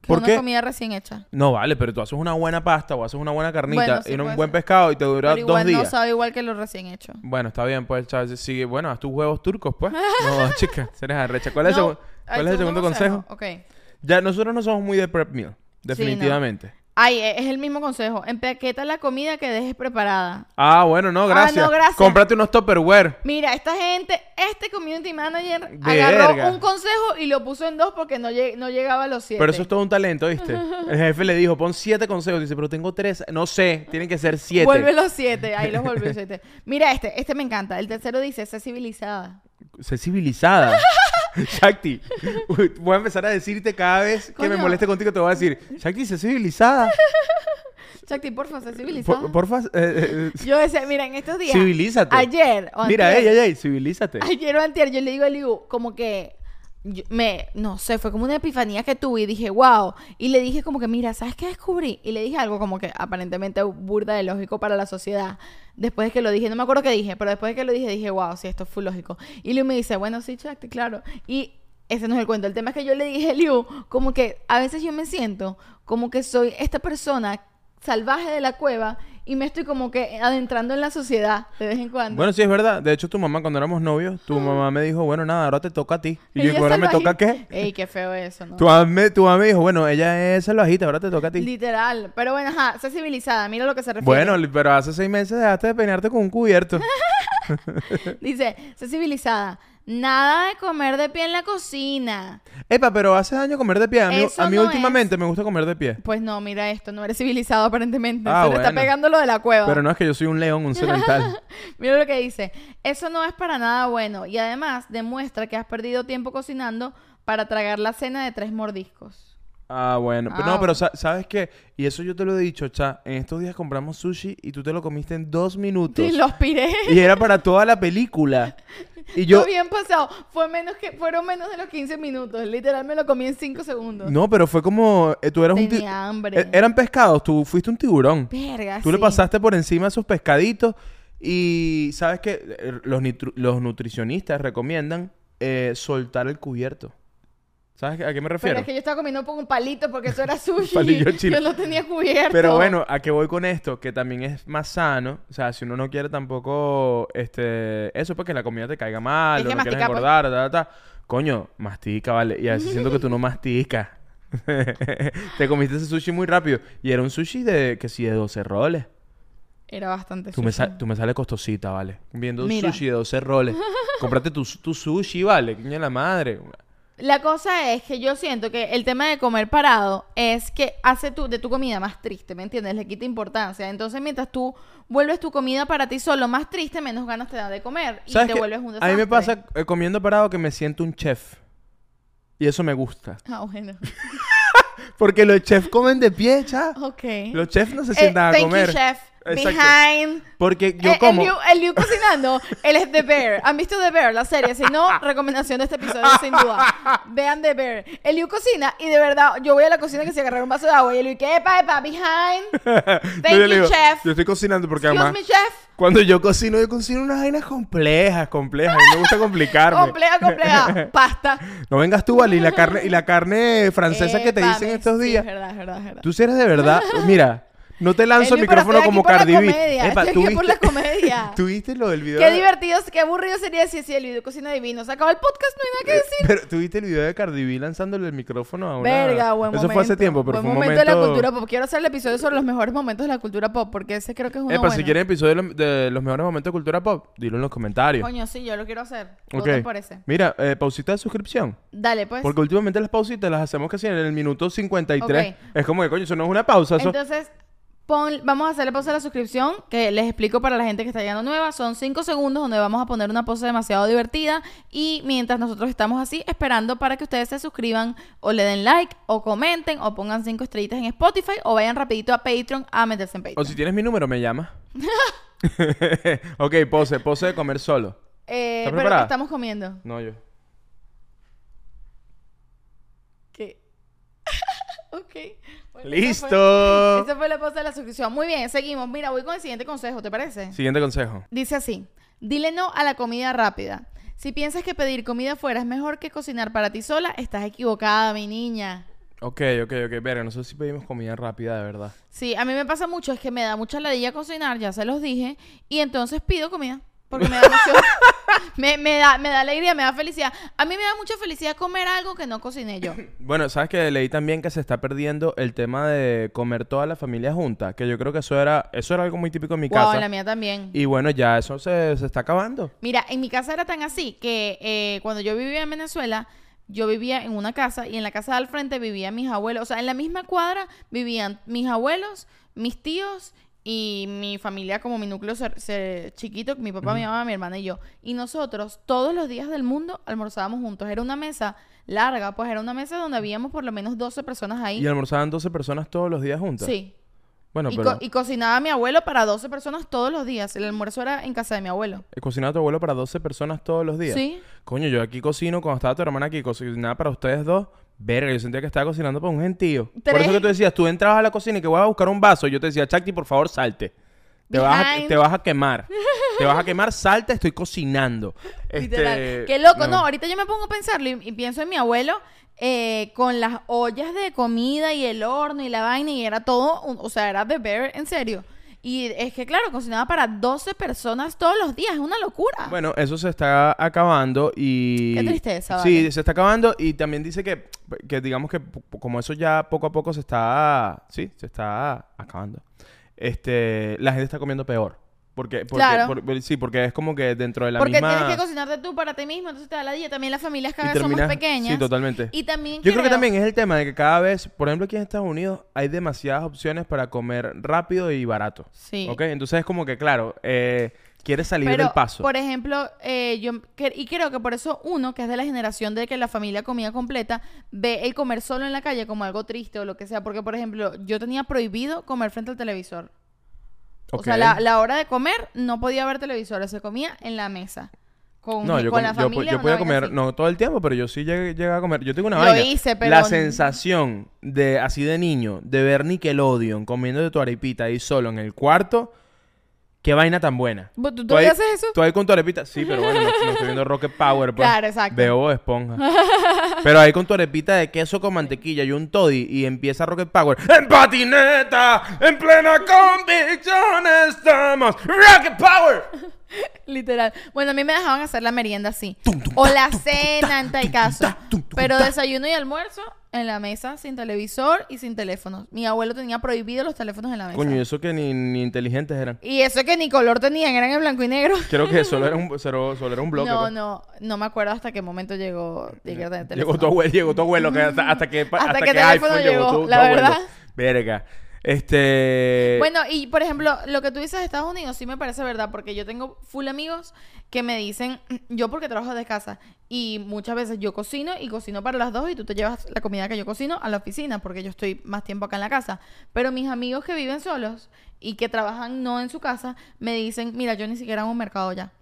[SPEAKER 2] Que
[SPEAKER 1] ¿Por
[SPEAKER 2] una
[SPEAKER 1] qué?
[SPEAKER 2] comida recién hecha.
[SPEAKER 1] No vale, pero tú haces una buena pasta o haces una buena carnita
[SPEAKER 2] Bueno, sí
[SPEAKER 1] y un
[SPEAKER 2] puede
[SPEAKER 1] buen
[SPEAKER 2] ser.
[SPEAKER 1] pescado y te dura
[SPEAKER 2] Pero
[SPEAKER 1] dos
[SPEAKER 2] igual
[SPEAKER 1] días.
[SPEAKER 2] no sabe igual que lo recién hecho.
[SPEAKER 1] Bueno, está bien, pues chaval, sí, bueno, haz tus huevos turcos, pues. No, chica, eres arrecha. ¿Cuál es,
[SPEAKER 2] No,
[SPEAKER 1] el, segu- cuál
[SPEAKER 2] ¿al
[SPEAKER 1] es el segundo consejo?
[SPEAKER 2] Ok.
[SPEAKER 1] Ya, nosotros no somos muy de prep meal, definitivamente.
[SPEAKER 2] Ay, e- es el mismo consejo. Empaqueta la comida que dejes preparada.
[SPEAKER 1] Ah, bueno, no,
[SPEAKER 2] Ah,
[SPEAKER 1] gracias.
[SPEAKER 2] no, gracias.
[SPEAKER 1] Cómprate unos Tupperware.
[SPEAKER 2] Mira, esta gente, este community manager
[SPEAKER 1] Verga.
[SPEAKER 2] agarró un consejo y lo puso en dos porque no, lleg- no llegaba a los siete.
[SPEAKER 1] Pero eso es todo un talento, ¿viste? El jefe le dijo, pon siete consejos. Dice, pero tengo tres. No sé, tienen que ser siete.
[SPEAKER 2] Vuelve los siete, ahí los vuelve los siete. Mira este, este me encanta. El tercero dice, sé civilizada.
[SPEAKER 1] Sé civilizada. Shakti, uy, voy a empezar a decirte cada vez que me
[SPEAKER 2] Coño.
[SPEAKER 1] moleste contigo, te voy a decir, Shakti, sé civilizada.
[SPEAKER 2] Chacti, porfa, sé civilizada.
[SPEAKER 1] Por, porfa, eh, eh,
[SPEAKER 2] Yo decía, mira, en estos días.
[SPEAKER 1] Civilízate.
[SPEAKER 2] Ayer. o
[SPEAKER 1] Mira, ey,
[SPEAKER 2] antier,
[SPEAKER 1] ey, ey, civilízate.
[SPEAKER 2] Ayer o antier, yo le digo a Liu, como que. yo- me, no sé, fue como una epifanía que tuve y dije, wow. Y le dije, como que, mira, ¿sabes qué descubrí? Y le dije algo como que aparentemente burda de lógico para la sociedad. Después de que lo dije, no me acuerdo qué dije, pero después de que lo dije, dije, wow, sí, esto fue lógico. Y Liu me dice, bueno, sí, Chacti, claro. Y ese no es el cuento. El tema es que yo le dije a Liu, como que a veces yo me siento como que soy esta persona salvaje de la cueva y me estoy como que adentrando en la sociedad de vez en cuando.
[SPEAKER 1] Bueno, sí, es verdad. De hecho, tu mamá, cuando éramos novios, tu mamá me dijo, bueno, nada, ahora te toca a ti. Y yo,
[SPEAKER 2] Ella es
[SPEAKER 1] "¿Y ahora me
[SPEAKER 2] salvaje".
[SPEAKER 1] toca qué?
[SPEAKER 2] Ey, qué feo eso, ¿no?
[SPEAKER 1] Tu mamá, me- tu mamá me dijo, bueno, ella es salvajita, ahora te toca a ti.
[SPEAKER 2] Literal. Pero bueno, ajá, sé civilizada, mira lo que se refiere.
[SPEAKER 1] Bueno, li- pero hace seis meses dejaste de peinarte con un cubierto.
[SPEAKER 2] Dice, sé civilizada. Nada de comer de pie en la cocina.
[SPEAKER 1] Epa, pero hace daño comer de pie. A mí,
[SPEAKER 2] Eso
[SPEAKER 1] a mí
[SPEAKER 2] no
[SPEAKER 1] últimamente me gusta comer de pie.
[SPEAKER 2] Pues no, mira esto, no eres civilizado aparentemente.
[SPEAKER 1] Ah,
[SPEAKER 2] se le está
[SPEAKER 1] bueno.
[SPEAKER 2] pegando lo de la cueva.
[SPEAKER 1] Pero no es que yo soy un león, un sedental.
[SPEAKER 2] Mira lo que dice. Eso no es para nada bueno. Y además demuestra que has perdido tiempo cocinando para tragar la cena de tres mordiscos.
[SPEAKER 1] Ah, bueno. Pero
[SPEAKER 2] Ah,
[SPEAKER 1] no, pero
[SPEAKER 2] bueno.
[SPEAKER 1] sa- ¿sabes qué? Y eso yo te lo he dicho, cha. En estos días compramos sushi y tú te lo comiste en dos minutos.
[SPEAKER 2] Y los piré.
[SPEAKER 1] Y era para toda la película. Y yo...
[SPEAKER 2] Todo bien pasado. Fue menos que, fueron menos de los 15 minutos. Literal me lo comí en 5 segundos.
[SPEAKER 1] No, pero fue como... eh, tú eras un... ti-
[SPEAKER 2] Tenía hambre.
[SPEAKER 1] Eh, Eran pescados, tú fuiste un tiburón.
[SPEAKER 2] Verga,
[SPEAKER 1] Tú le
[SPEAKER 2] sí.
[SPEAKER 1] pasaste por encima esos pescaditos y sabes que los, nitru- los nutricionistas recomiendan eh, soltar el cubierto. ¿Sabes a qué me
[SPEAKER 2] Pero
[SPEAKER 1] refiero?
[SPEAKER 2] es que yo estaba comiendo con un palito porque eso era sushi.
[SPEAKER 1] Palillo chino.
[SPEAKER 2] Yo lo tenía cubierto.
[SPEAKER 1] Pero bueno, ¿a qué voy con esto? Que también es más sano. O sea, si uno no quiere tampoco este, eso, porque la comida te caiga mal,
[SPEAKER 2] Es
[SPEAKER 1] o
[SPEAKER 2] que
[SPEAKER 1] no quieres
[SPEAKER 2] mastica, pues.
[SPEAKER 1] engordar, ta, ta, ta. Coño, mastica, vale. Y a veces siento que tú no masticas. te comiste ese sushi muy rápido. Y era un sushi de, que sí, de 12 roles.
[SPEAKER 2] Era bastante
[SPEAKER 1] Tú me,
[SPEAKER 2] sushi.
[SPEAKER 1] sa- tú me sales costosita, ¿vale? Viendo un
[SPEAKER 2] Mira.
[SPEAKER 1] sushi de 12 roles. Cómprate tu, su- tu sushi, ¿vale? Coño de la madre.
[SPEAKER 2] La cosa es que yo siento que el tema de comer parado es que hace tu, de tu comida más triste, ¿me entiendes? Le quita importancia. Entonces, mientras tú vuelves tu comida para ti solo más triste, menos ganas te da de comer y
[SPEAKER 1] ¿Sabes
[SPEAKER 2] te
[SPEAKER 1] qué?
[SPEAKER 2] vuelves un
[SPEAKER 1] A
[SPEAKER 2] desastre.
[SPEAKER 1] mí me pasa eh, comiendo parado que me siento un chef. Y eso me gusta.
[SPEAKER 2] Ah, bueno.
[SPEAKER 1] Porque los chefs comen de pie, cha.
[SPEAKER 2] Ok.
[SPEAKER 1] Los chefs no se
[SPEAKER 2] Eh,
[SPEAKER 1] sientan a
[SPEAKER 2] thank you,
[SPEAKER 1] comer.
[SPEAKER 2] chef.
[SPEAKER 1] Exacto.
[SPEAKER 2] Behind.
[SPEAKER 1] Porque yo
[SPEAKER 2] Eh,
[SPEAKER 1] como...
[SPEAKER 2] El Liu, el Liu cocinando, él es The Bear. ¿Han visto The Bear, la serie? Si no, recomendación de este episodio, sin duda. Vean The Bear. El Liu cocina y de verdad, yo voy a la cocina que se agarrar un vaso de agua y el Liu, que epa, epa, behind. Thank
[SPEAKER 1] yo le
[SPEAKER 2] you,
[SPEAKER 1] digo,
[SPEAKER 2] chef.
[SPEAKER 1] Yo estoy cocinando porque
[SPEAKER 2] Excuse
[SPEAKER 1] además...
[SPEAKER 2] me, chef.
[SPEAKER 1] Cuando yo cocino, yo cocino unas vainas complejas, complejas. A mí me gusta complicarme.
[SPEAKER 2] Compleja, compleja. ah, Pasta.
[SPEAKER 1] no vengas tú, vale. Y la carne, y la carne francesa que te
[SPEAKER 2] Epa,
[SPEAKER 1] dicen
[SPEAKER 2] me-
[SPEAKER 1] estos
[SPEAKER 2] sí,
[SPEAKER 1] días.
[SPEAKER 2] es verdad, es verdad, es verdad.
[SPEAKER 1] Tú si eres de verdad, mira, no te lanzo el
[SPEAKER 2] Eli, pero
[SPEAKER 1] micrófono
[SPEAKER 2] estoy
[SPEAKER 1] como
[SPEAKER 2] aquí por la
[SPEAKER 1] Cardi B.
[SPEAKER 2] comedia, estoy aquí por la
[SPEAKER 1] viste-
[SPEAKER 2] comedia.
[SPEAKER 1] ¿Tú viste lo del video?
[SPEAKER 2] Qué
[SPEAKER 1] de-
[SPEAKER 2] divertido, qué aburrido sería si si el Liu cocina divino. Se acabó el podcast, no hay nada que decir.
[SPEAKER 1] Pero tú viste el video de Cardi B lanzándole el micrófono a una...
[SPEAKER 2] Verga, buen
[SPEAKER 1] Oh, Eso
[SPEAKER 2] momento.
[SPEAKER 1] fue hace tiempo, pero
[SPEAKER 2] buen
[SPEAKER 1] fue un
[SPEAKER 2] momento
[SPEAKER 1] momento...
[SPEAKER 2] de la cultura pop. Quiero hacer el episodio sobre los mejores momentos de la cultura pop, porque ese creo que es uno
[SPEAKER 1] Epa,
[SPEAKER 2] bueno.
[SPEAKER 1] si quieren episodio de lo- de los mejores momentos de cultura pop, dilo en los comentarios.
[SPEAKER 2] Coño, sí, yo lo quiero hacer. ¿Qué
[SPEAKER 1] Ok.
[SPEAKER 2] te parece?
[SPEAKER 1] Mira, eh, pausita de suscripción.
[SPEAKER 2] Dale, pues.
[SPEAKER 1] Porque últimamente las pausitas las hacemos casi en el minuto 53.
[SPEAKER 2] Ok.
[SPEAKER 1] Es como que, coño, eso no es una pausa. Eso...
[SPEAKER 2] Entonces, pon- vamos a hacerle pausa a la suscripción, que les explico para la gente que está llegando nueva. Son 5 segundos donde vamos a poner una pose demasiado divertida. Y mientras nosotros estamos así, esperando para que ustedes se suscriban o le den like o comenten o pongan 5 estrellitas en Spotify o vayan rapidito a Patreon a meterse en
[SPEAKER 1] O
[SPEAKER 2] Patreon.
[SPEAKER 1] si tienes mi número, me llamas. ok, pose, pose de comer solo.
[SPEAKER 2] Eh,
[SPEAKER 1] ¿Estás
[SPEAKER 2] pero ¿qué
[SPEAKER 1] preparada?
[SPEAKER 2] estamos comiendo?
[SPEAKER 1] No, yo.
[SPEAKER 2] ¿Qué? ok. Bueno,
[SPEAKER 1] ¡Listo!
[SPEAKER 2] Esa fue, esa fue la pausa de la suscripción. Muy bien, seguimos. Mira, voy con el siguiente consejo, ¿te parece?
[SPEAKER 1] Siguiente consejo.
[SPEAKER 2] Dice así, dile no a la comida rápida. Si piensas que pedir comida fuera es mejor que cocinar para ti sola, estás equivocada, mi niña.
[SPEAKER 1] Ok, ok, ok. Verga, nosotros sí pedimos comida rápida, de verdad.
[SPEAKER 2] Sí, a mí me pasa mucho, es que me da mucha ladilla cocinar, ya se los dije, y entonces pido comida, porque me da emoción. me, me da, me da alegría, me da felicidad. A mí me da mucha felicidad comer algo que no cociné yo.
[SPEAKER 1] Bueno, sabes que leí también que se está perdiendo el tema de comer toda la familia junta, que yo creo que eso era, eso era algo muy típico en mi
[SPEAKER 2] Wow,
[SPEAKER 1] casa.
[SPEAKER 2] en la mía también.
[SPEAKER 1] Y bueno, ya eso se, se está acabando.
[SPEAKER 2] Mira, en mi casa era tan así que eh, cuando yo vivía en Venezuela, yo vivía en una casa y en la casa al frente vivían mis abuelos. O sea, en la misma cuadra vivían mis abuelos, mis tíos y mi familia como mi núcleo cer- cer- chiquito, mi papá, mi mamá, mi hermana y yo. Y nosotros todos los días del mundo almorzábamos juntos. Era una mesa larga, pues era una mesa donde habíamos por lo menos 12 personas
[SPEAKER 1] Y
[SPEAKER 2] ahí.
[SPEAKER 1] almorzaban 12 personas todos los días juntas.
[SPEAKER 2] Sí.
[SPEAKER 1] Bueno,
[SPEAKER 2] y,
[SPEAKER 1] pero
[SPEAKER 2] co- y cocinaba mi abuelo para 12 personas todos los días. El almuerzo era en casa de mi abuelo.
[SPEAKER 1] cocinaba eh, tu abuelo para 12 personas todos los días.
[SPEAKER 2] Sí.
[SPEAKER 1] Coño, yo aquí cocino, cuando estaba tu hermana aquí, cocinaba para ustedes dos. Verga, yo sentía que estaba cocinando para un gentío. Por
[SPEAKER 2] Tres.
[SPEAKER 1] eso que tú decías, tú entrabas a la cocina y que vas a buscar un vaso. Yo te decía, Chakti, por favor, salte. Te vas, a,
[SPEAKER 2] Behind.
[SPEAKER 1] te vas a quemar. te vas a quemar, salte, estoy cocinando.
[SPEAKER 2] Literal.
[SPEAKER 1] Este,
[SPEAKER 2] Qué loco, no. ahorita yo me pongo a pensarlo y, y pienso en mi abuelo eh, con las ollas de comida y el horno y la vaina y era todo, un- o sea, era de bear, en serio. Y es que, claro, cocinaba para 12 personas todos los días, es una locura.
[SPEAKER 1] Bueno, eso se está acabando y...
[SPEAKER 2] Ah. Qué tristeza,
[SPEAKER 1] Sí,
[SPEAKER 2] vale.
[SPEAKER 1] se está acabando y también dice que, que digamos que p- como eso ya poco a poco se está... Sí, se está acabando. Este, la gente está comiendo peor. Porque, porque,
[SPEAKER 2] Claro.
[SPEAKER 1] por- por- sí, porque es como que dentro de la
[SPEAKER 2] Porque
[SPEAKER 1] misma...
[SPEAKER 2] tienes que cocinarte tú para ti mismo, entonces te da la dieta. También las familias
[SPEAKER 1] y
[SPEAKER 2] cada vez son más
[SPEAKER 1] terminas-
[SPEAKER 2] pequeñas.
[SPEAKER 1] Sí, totalmente.
[SPEAKER 2] Y también
[SPEAKER 1] Yo creo que también es el tema de que cada vez, por ejemplo, aquí en Estados Unidos hay demasiadas opciones para comer rápido y barato.
[SPEAKER 2] Sí.
[SPEAKER 1] ¿Ok? Entonces es como que, claro, eh, quieres salir
[SPEAKER 2] Pero,
[SPEAKER 1] del paso.
[SPEAKER 2] por ejemplo, eh, yo cre- y creo que por eso uno, que es de la generación de que la familia comía completa, ve el comer solo en la calle como algo triste o lo que sea. Porque, por ejemplo, yo tenía prohibido comer frente al televisor. O
[SPEAKER 1] Ok.
[SPEAKER 2] sea, la, la hora de comer no podía ver televisor, se comía en la mesa. Con,
[SPEAKER 1] No, yo,
[SPEAKER 2] con
[SPEAKER 1] com-
[SPEAKER 2] la
[SPEAKER 1] yo po-
[SPEAKER 2] familia.
[SPEAKER 1] yo
[SPEAKER 2] una
[SPEAKER 1] podía
[SPEAKER 2] vaina
[SPEAKER 1] comer,
[SPEAKER 2] así.
[SPEAKER 1] no todo el tiempo, pero yo sí llegué, llegué a comer. Yo tengo una
[SPEAKER 2] Lo
[SPEAKER 1] vaina.
[SPEAKER 2] hice, pero-
[SPEAKER 1] La sensación de, así de niño, de ver Nickelodeon comiéndote tu arepita ahí solo en el cuarto, qué vaina tan buena.
[SPEAKER 2] ¿Tú, tú todavía
[SPEAKER 1] ahí-
[SPEAKER 2] haces eso?
[SPEAKER 1] Tú ahí con tu arepita, sí, pero bueno, no, no estoy viendo Rocket Power, pues.
[SPEAKER 2] Claro, exacto.
[SPEAKER 1] Veo Bob esponja. Pero ahí con tu arepita de queso con mantequilla y un toddy y empieza Rocket Power. En patineta, en plena convicción estamos. Rocket Power.
[SPEAKER 2] Literal. Bueno, a mí me dejaban hacer la merienda así. o la cena, en tal caso. Pero desayuno y almuerzo en la mesa, sin televisor y sin teléfonos. Mi abuelo tenía prohibido los teléfonos en la mesa.
[SPEAKER 1] Coño, y eso que ni, ni inteligentes eran.
[SPEAKER 2] Y eso que ni color tenían, eran en blanco y negro.
[SPEAKER 1] Creo que solo era un, solo, solo era un bloque.
[SPEAKER 2] no,
[SPEAKER 1] pues.
[SPEAKER 2] no, no me acuerdo hasta qué momento llegó. llegué a tener
[SPEAKER 1] Llegó
[SPEAKER 2] teléfono.
[SPEAKER 1] tu abuelo, llegó tu abuelo, que hasta, hasta que,
[SPEAKER 2] Hasta que teléfono llegó, la verdad.
[SPEAKER 1] Verga. Este.
[SPEAKER 2] Bueno, y por ejemplo, lo que tú dices de Estados Unidos sí me parece verdad, porque yo tengo full amigos que me dicen, yo porque trabajo de casa, y muchas veces yo cocino y cocino para las dos y tú te llevas la comida que yo cocino a la oficina, porque yo estoy más tiempo acá en la casa. Pero mis amigos que viven solos y que trabajan no en su casa, me dicen, mira, yo ni siquiera hago mercado ya.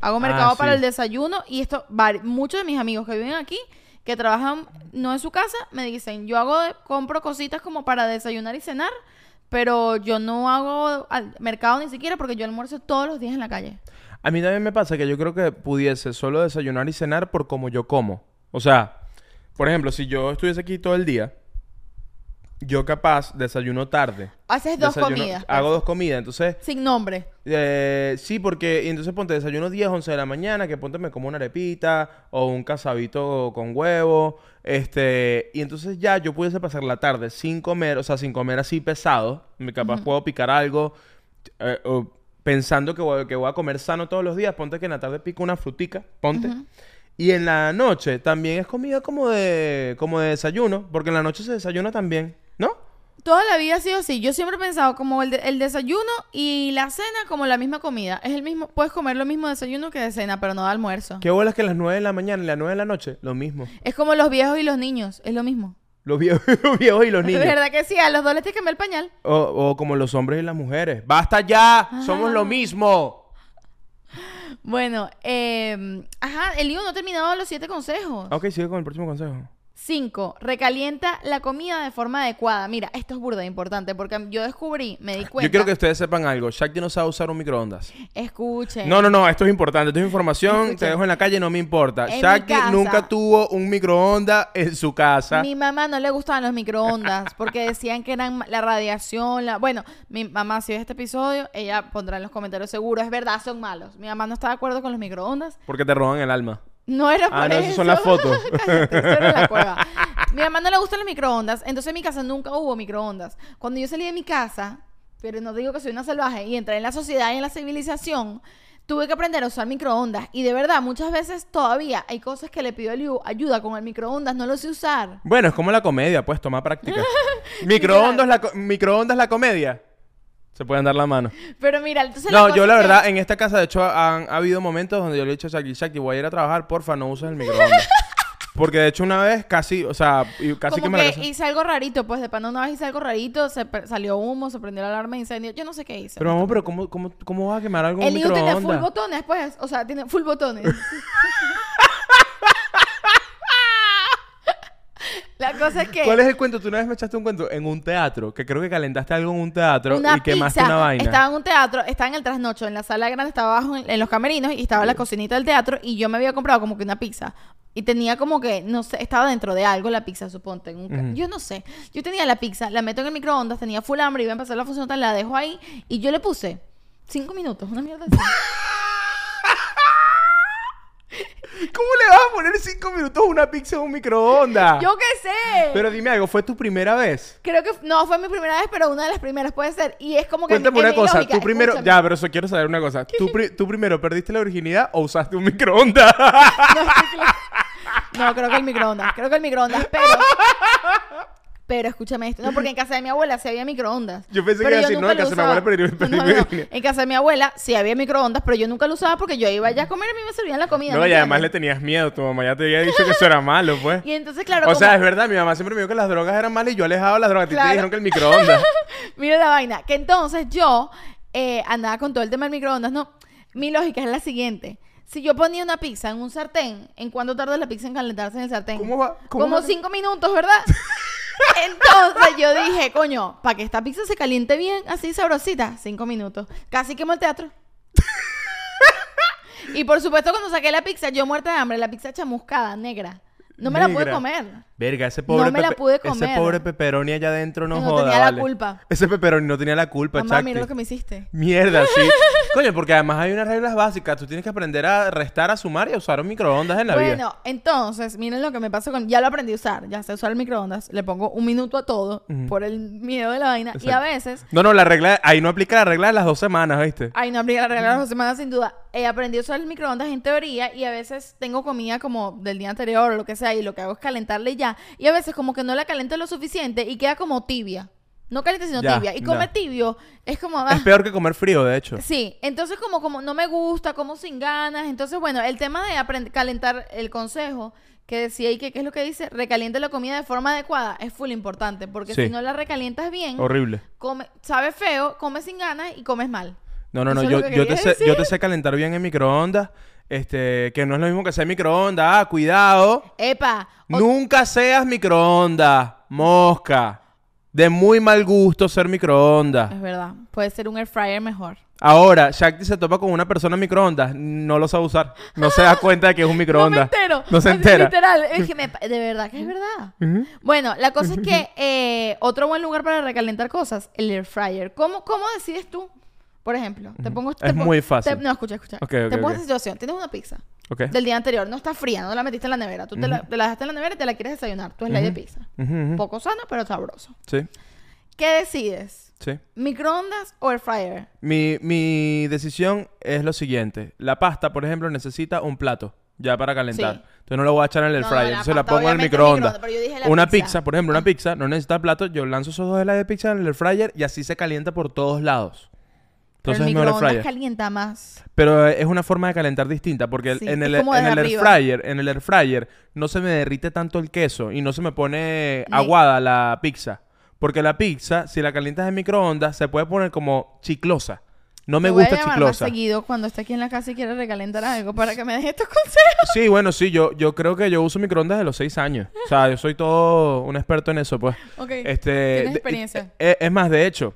[SPEAKER 2] Hago
[SPEAKER 1] Ah,
[SPEAKER 2] mercado para
[SPEAKER 1] sí.
[SPEAKER 2] el desayuno y esto, vari- muchos de mis amigos que viven aquí, que trabajan no en su casa, me dicen, yo hago, de- compro cositas como para desayunar y cenar, pero yo no hago al- mercado ni siquiera porque yo almuerzo todos los días en la calle.
[SPEAKER 1] A mí también me pasa que yo creo que pudiese solo desayunar y cenar por como yo como. O sea, por ejemplo, si yo estuviese aquí todo el día, yo capaz desayuno tarde.
[SPEAKER 2] Haces dos
[SPEAKER 1] Desayuno- ah.
[SPEAKER 2] comidas. pues.
[SPEAKER 1] Hago dos comidas, entonces.
[SPEAKER 2] Sin nombre.
[SPEAKER 1] Eh, sí, porque y entonces ponte desayuno 10, 11 de la mañana, que ponte me como una arepita o un casabito con huevo, este, y entonces ya yo pudiese pasar la tarde sin comer, o sea, sin comer así pesado, me capaz puedo picar algo, eh, o pensando que voy, que voy a comer sano todos los días, ponte que en la tarde pico una frutica, ponte. Y en la noche también es comida como de como de desayuno, porque en la noche se desayuna también, ¿no?
[SPEAKER 2] Toda la vida ha sido así. Yo siempre he pensado como el, de- el desayuno y la cena como la misma comida. Es el mismo, puedes comer lo mismo desayuno que de cena, pero no de almuerzo.
[SPEAKER 1] ¿Qué bolas que a las 9 de la mañana y las 9 de la noche? Lo mismo.
[SPEAKER 2] Es como los viejos y los niños, es lo mismo.
[SPEAKER 1] Los viejos, los viejos y los niños.
[SPEAKER 2] Es verdad que sí, a los dos les tienes que cambiar el pañal.
[SPEAKER 1] O, o como los hombres y las mujeres. ¡Basta ya!
[SPEAKER 2] Ah.
[SPEAKER 1] ¡Somos lo mismo!
[SPEAKER 2] Bueno, eh, ajá, el no terminaba los siete consejos.
[SPEAKER 1] Ok, sigue con el próximo consejo.
[SPEAKER 2] Cinco, recalienta la comida de forma adecuada. Mira, esto es burda importante porque yo descubrí, me di cuenta.
[SPEAKER 1] Yo quiero que ustedes sepan algo. Shakti no sabe usar un microondas.
[SPEAKER 2] Escuchen.
[SPEAKER 1] No, no, no, esto es importante, esto es información,
[SPEAKER 2] Escucha.
[SPEAKER 1] te dejo en la calle, no me importa.
[SPEAKER 2] En mi
[SPEAKER 1] Shakti
[SPEAKER 2] casa.
[SPEAKER 1] nunca tuvo un microondas en su casa.
[SPEAKER 2] Mi mamá no le gustaban los microondas porque decían que eran la radiación, la... Bueno, mi mamá si ve este episodio, ella pondrá en los comentarios seguro, es verdad, son malos. Mi mamá no está de acuerdo con los microondas.
[SPEAKER 1] Porque te roban el alma.
[SPEAKER 2] No era por
[SPEAKER 1] Ah, no,
[SPEAKER 2] eso.
[SPEAKER 1] esas son las fotos.
[SPEAKER 2] Cállate, eso era la cueva. Mi mamá no le gustan los microondas, entonces en mi casa nunca hubo microondas. Cuando yo salí de mi casa, pero no digo que soy una salvaje, y entré en la sociedad y en la civilización, tuve que aprender a usar microondas. Y de verdad, muchas veces todavía hay cosas que le pido a Liu ayuda con el microondas, no lo sé usar.
[SPEAKER 1] Bueno, es como la comedia, pues, toma práctica. microondas,
[SPEAKER 2] Literal.
[SPEAKER 1] la co- microondas, la comedia. Se pueden dar la mano.
[SPEAKER 2] Pero mira, entonces
[SPEAKER 1] No,
[SPEAKER 2] cosa
[SPEAKER 1] yo la
[SPEAKER 2] es que-
[SPEAKER 1] verdad, eh, en esta casa, de hecho, han ha habido momentos donde yo le he dicho a Shakti, Shakti, voy a ir a trabajar, porfa, no uses el microondas. Porque de hecho una vez casi, o sea, y casi que
[SPEAKER 2] como
[SPEAKER 1] me la
[SPEAKER 2] que,
[SPEAKER 1] casa.
[SPEAKER 2] hice algo rarito, pues de pana una vez hice algo rarito, se pre- salió humo, se prendió la alarma de incendio, yo no sé qué hice.
[SPEAKER 1] Pero vamos, pero ¿cómo, cómo, cómo vas a quemar algo en
[SPEAKER 2] El
[SPEAKER 1] un
[SPEAKER 2] Liu tiene full
[SPEAKER 1] microondas?
[SPEAKER 2] botones, pues. O sea, tiene full botones. La cosa es que.
[SPEAKER 1] ¿Cuál es el cuento? Tú una vez me echaste un cuento en un teatro, que creo que calentaste algo en un teatro
[SPEAKER 2] una
[SPEAKER 1] y quemaste
[SPEAKER 2] pizza.
[SPEAKER 1] una vaina.
[SPEAKER 2] Estaba en un teatro, estaba en el trasnocho, en la sala grande, estaba abajo en, en los camerinos y estaba la cocinita del teatro y yo me había comprado como que una pizza. Y tenía como que, no sé, estaba dentro de algo la pizza, suponte. en un ca- Yo no sé. Yo tenía la pizza, la meto en el microondas, tenía full hambre, iba a empezar la función, tal, la dejo ahí y yo le puse cinco minutos, una mierda así.
[SPEAKER 1] Ah. ¿Cómo le vas a poner cinco minutos a una pizza en un microondas?
[SPEAKER 2] ¡Yo qué sé!
[SPEAKER 1] Pero dime algo, ¿fue tu primera vez?
[SPEAKER 2] Creo que f- no fue mi primera vez, pero una de las primeras puede ser. Y es como que.
[SPEAKER 1] Cuéntame
[SPEAKER 2] es
[SPEAKER 1] una
[SPEAKER 2] mi
[SPEAKER 1] cosa,
[SPEAKER 2] lógica,
[SPEAKER 1] tú primero,
[SPEAKER 2] escúchame.
[SPEAKER 1] ya, pero eso quiero saber una cosa. ¿Tú, pri- tú primero perdiste la virginidad o usaste un microondas?
[SPEAKER 2] No, estoy clara. No, creo que el microondas. Creo que el microondas, pero. Pero escúchame esto. No, porque en casa de mi abuela sí había microondas.
[SPEAKER 1] Yo pensé que
[SPEAKER 2] Pero
[SPEAKER 1] iba a decir,
[SPEAKER 2] nunca
[SPEAKER 1] no, en
[SPEAKER 2] lo
[SPEAKER 1] casa de mi
[SPEAKER 2] usaba.
[SPEAKER 1] abuela perdí- perdí
[SPEAKER 2] No,
[SPEAKER 1] mi
[SPEAKER 2] no,
[SPEAKER 1] virginidad.
[SPEAKER 2] En casa de mi abuela sí había microondas, pero yo nunca lo usaba porque yo iba ya a comer y a mí me servían la comida.
[SPEAKER 1] no,
[SPEAKER 2] ¿me
[SPEAKER 1] y además le
[SPEAKER 2] entiendes?
[SPEAKER 1] tenías miedo, tu mamá ya te había dicho que eso era malo, pues.
[SPEAKER 2] Y entonces, claro,
[SPEAKER 1] o
[SPEAKER 2] como-
[SPEAKER 1] sea, es verdad, mi mamá siempre me dijo que las drogas eran malas y yo alejaba las drogas. A ti
[SPEAKER 2] Claro.
[SPEAKER 1] te dijeron que el microondas.
[SPEAKER 2] Mira la vaina. Que entonces yo eh, andaba con todo el tema del microondas, ¿no? Mi lógica es la siguiente. Si yo ponía una pizza en un sartén, ¿en cuánto tarda la pizza en calentarse en el sartén?
[SPEAKER 1] ¿Cómo va- cómo
[SPEAKER 2] Como
[SPEAKER 1] va-
[SPEAKER 2] cinco minutos, ¿verdad? Entonces yo dije, coño, para que esta pizza se caliente bien, así sabrosita, cinco minutos. Casi quemo el teatro. y por supuesto, cuando saqué la pizza, yo muerta de hambre, la pizza chamuscada, negra. No me la pude
[SPEAKER 1] Negra.
[SPEAKER 2] comer.
[SPEAKER 1] Verga, ese pobre
[SPEAKER 2] No me la
[SPEAKER 1] pepe-
[SPEAKER 2] pude
[SPEAKER 1] Ese
[SPEAKER 2] comer.
[SPEAKER 1] pobre peperoni allá adentro no,
[SPEAKER 2] No
[SPEAKER 1] joda,
[SPEAKER 2] tenía la
[SPEAKER 1] vale.
[SPEAKER 2] culpa.
[SPEAKER 1] Ese peperoni no tenía la culpa,
[SPEAKER 2] Mamá,
[SPEAKER 1] Pues Shakti.
[SPEAKER 2] mira lo que me hiciste.
[SPEAKER 1] Mierda, sí. Coño, porque además hay unas reglas básicas. Tú tienes que aprender a restar, a sumar y a usar un microondas en la vida.
[SPEAKER 2] Bueno, entonces, miren lo que me pasó con... Ya lo aprendí a usar, ya sé usar el microondas, le pongo un minuto a todo por el miedo de la vaina y a
[SPEAKER 1] Exacto.
[SPEAKER 2] veces...
[SPEAKER 1] No, no, la regla... Ahí no aplica la regla de las dos semanas, ¿viste?
[SPEAKER 2] Ay, no aplica la regla de las dos semanas sin duda. He aprendido a usar el microondas en teoría y a veces tengo comida como del día anterior o lo que sea y lo que hago es calentarla y ya. Y a veces como que no la calento lo suficiente y queda como tibia. No caliente sino
[SPEAKER 1] Ya,
[SPEAKER 2] tibia. Y comer
[SPEAKER 1] ya.
[SPEAKER 2] tibio es como... ah,
[SPEAKER 1] Es peor que comer frío, de hecho.
[SPEAKER 2] Sí, entonces como, como no me gusta, como sin ganas. Entonces, bueno, el tema de aprend- calentar el consejo que decía y que qué es lo que dice, recaliente la comida de forma adecuada, es full importante, porque
[SPEAKER 1] Sí.
[SPEAKER 2] si no la recalientas bien,
[SPEAKER 1] Horrible.
[SPEAKER 2] come, sabe feo, comes sin ganas y comes mal.
[SPEAKER 1] No, no, no.
[SPEAKER 2] Eso es
[SPEAKER 1] Yo,
[SPEAKER 2] lo que
[SPEAKER 1] yo te
[SPEAKER 2] quería
[SPEAKER 1] sé, yo
[SPEAKER 2] decir.
[SPEAKER 1] te sé calentar bien en microondas. Este... Que no es lo mismo que ser microondas. Ah, cuidado.
[SPEAKER 2] Epa, o-
[SPEAKER 1] Nunca seas microondas. Mosca. De muy mal gusto ser microondas.
[SPEAKER 2] es verdad, puede ser un air fryer mejor.
[SPEAKER 1] Ahora, Shakti se topa con una persona en microondas, no lo sabe usar, no se da cuenta de que es un microondas.
[SPEAKER 2] No me entero.
[SPEAKER 1] No se
[SPEAKER 2] Así,
[SPEAKER 1] entera.
[SPEAKER 2] Literal. Es que me pa- de verdad que es verdad. Bueno, la cosa es que eh, otro buen lugar para recalentar cosas, el air fryer. ¿Cómo, cómo decides tú? Por ejemplo, te pongo... te
[SPEAKER 1] Es
[SPEAKER 2] pongo-
[SPEAKER 1] muy fácil.
[SPEAKER 2] te- no, escucha, escucha.
[SPEAKER 1] Ok, ok,
[SPEAKER 2] te pongo
[SPEAKER 1] ok.
[SPEAKER 2] esta situación. Tienes una pizza
[SPEAKER 1] Ok.
[SPEAKER 2] del día anterior. No está fría, no la metiste en la nevera. Tú te, la, te la dejaste en la nevera y te la quieres desayunar. Tú es la de pizza.
[SPEAKER 1] Ujú, ujú.
[SPEAKER 2] Poco sano, pero sabroso.
[SPEAKER 1] Sí,
[SPEAKER 2] ¿Qué decides?
[SPEAKER 1] sí.
[SPEAKER 2] ¿Microondas o air fryer?
[SPEAKER 1] Mi, mi decisión es lo siguiente. La pasta, por ejemplo, necesita un plato. ya para calentar.
[SPEAKER 2] Sí.
[SPEAKER 1] Entonces no lo voy a echar en el air
[SPEAKER 2] No, no,
[SPEAKER 1] fryer,
[SPEAKER 2] la
[SPEAKER 1] entonces la
[SPEAKER 2] pasta
[SPEAKER 1] pongo en el
[SPEAKER 2] obviamente
[SPEAKER 1] microondas.
[SPEAKER 2] en el microondas, pero yo dije la
[SPEAKER 1] una
[SPEAKER 2] pizza. Ah.
[SPEAKER 1] pizza. por ejemplo, una pizza no necesita plato, yo lanzo esos dos helados de pizza en el air fryer y así se calienta por todos lados.
[SPEAKER 2] Pero
[SPEAKER 1] Entonces es mejor el
[SPEAKER 2] microondas
[SPEAKER 1] fryer.
[SPEAKER 2] calienta más.
[SPEAKER 1] Pero eh, es una forma de calentar distinta porque el-
[SPEAKER 2] Sí,
[SPEAKER 1] en
[SPEAKER 2] es
[SPEAKER 1] el,
[SPEAKER 2] como
[SPEAKER 1] en el
[SPEAKER 2] desde
[SPEAKER 1] air
[SPEAKER 2] arriba.
[SPEAKER 1] fryer, en el air fryer no se me derrite tanto el queso y no se me pone
[SPEAKER 2] Ni-
[SPEAKER 1] aguada la pizza, porque la pizza si la calientas en microondas se puede poner como chiclosa. No me
[SPEAKER 2] Te voy a
[SPEAKER 1] gusta
[SPEAKER 2] llamar más
[SPEAKER 1] chiclosa.
[SPEAKER 2] seguido cuando esté aquí en la casa y quiera recalentar algo para que me deje estos consejos.
[SPEAKER 1] Sí, bueno, sí, yo yo creo que yo uso microondas de los seis años. O sea, yo soy todo un experto en eso, pues.
[SPEAKER 2] Ok.
[SPEAKER 1] Este,
[SPEAKER 2] Tienes
[SPEAKER 1] de-
[SPEAKER 2] experiencia.
[SPEAKER 1] e- es más, de hecho,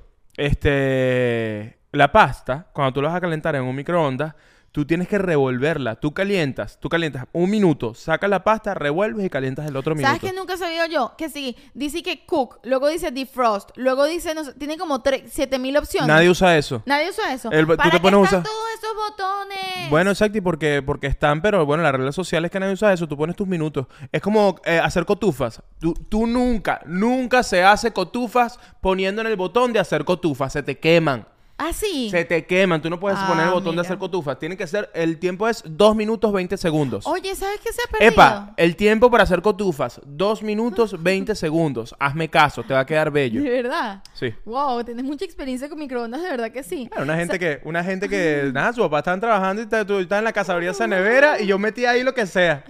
[SPEAKER 1] este, la pasta, cuando tú la vas a calentar en un microondas, tú tienes que revolverla. Tú calientas, tú calientas un minuto, sacas la pasta, revuelves y calientas el otro minuto.
[SPEAKER 2] ¿Sabes que nunca he sabido yo? Que sí, dice que cook, luego dice defrost, luego dice, no sé, tiene como tre- 7000 opciones.
[SPEAKER 1] Nadie usa eso.
[SPEAKER 2] Nadie usa eso.
[SPEAKER 1] El bo- tú
[SPEAKER 2] ¿Para
[SPEAKER 1] te
[SPEAKER 2] qué
[SPEAKER 1] pones a
[SPEAKER 2] están
[SPEAKER 1] usar-
[SPEAKER 2] todos esos botones?
[SPEAKER 1] Bueno, exacto, y porque, porque están, pero bueno, las redes sociales que nadie usa eso, tú pones tus minutos. Es como eh, hacer cotufas. Tú, tú nunca, nunca se hace cotufas poniendo en el botón de hacer cotufas, se te queman.
[SPEAKER 2] Así.
[SPEAKER 1] Se te queman, tú no puedes
[SPEAKER 2] Ah,
[SPEAKER 1] poner el botón
[SPEAKER 2] mira.
[SPEAKER 1] de hacer cotufas. Tiene que ser, el tiempo es 2 minutos 20 segundos.
[SPEAKER 2] Oye, ¿sabes qué se ha perdido?
[SPEAKER 1] Epa, el tiempo para hacer cotufas, 2 minutos 20 segundos. Hazme caso, te va a quedar bello.
[SPEAKER 2] De verdad.
[SPEAKER 1] Sí.
[SPEAKER 2] Wow, tienes mucha experiencia con microondas, de verdad que sí.
[SPEAKER 1] Claro, una gente que, una gente que, nada, su papá están trabajando y está- tú estás en la casa, abría esa nevera y yo metí ahí lo que sea.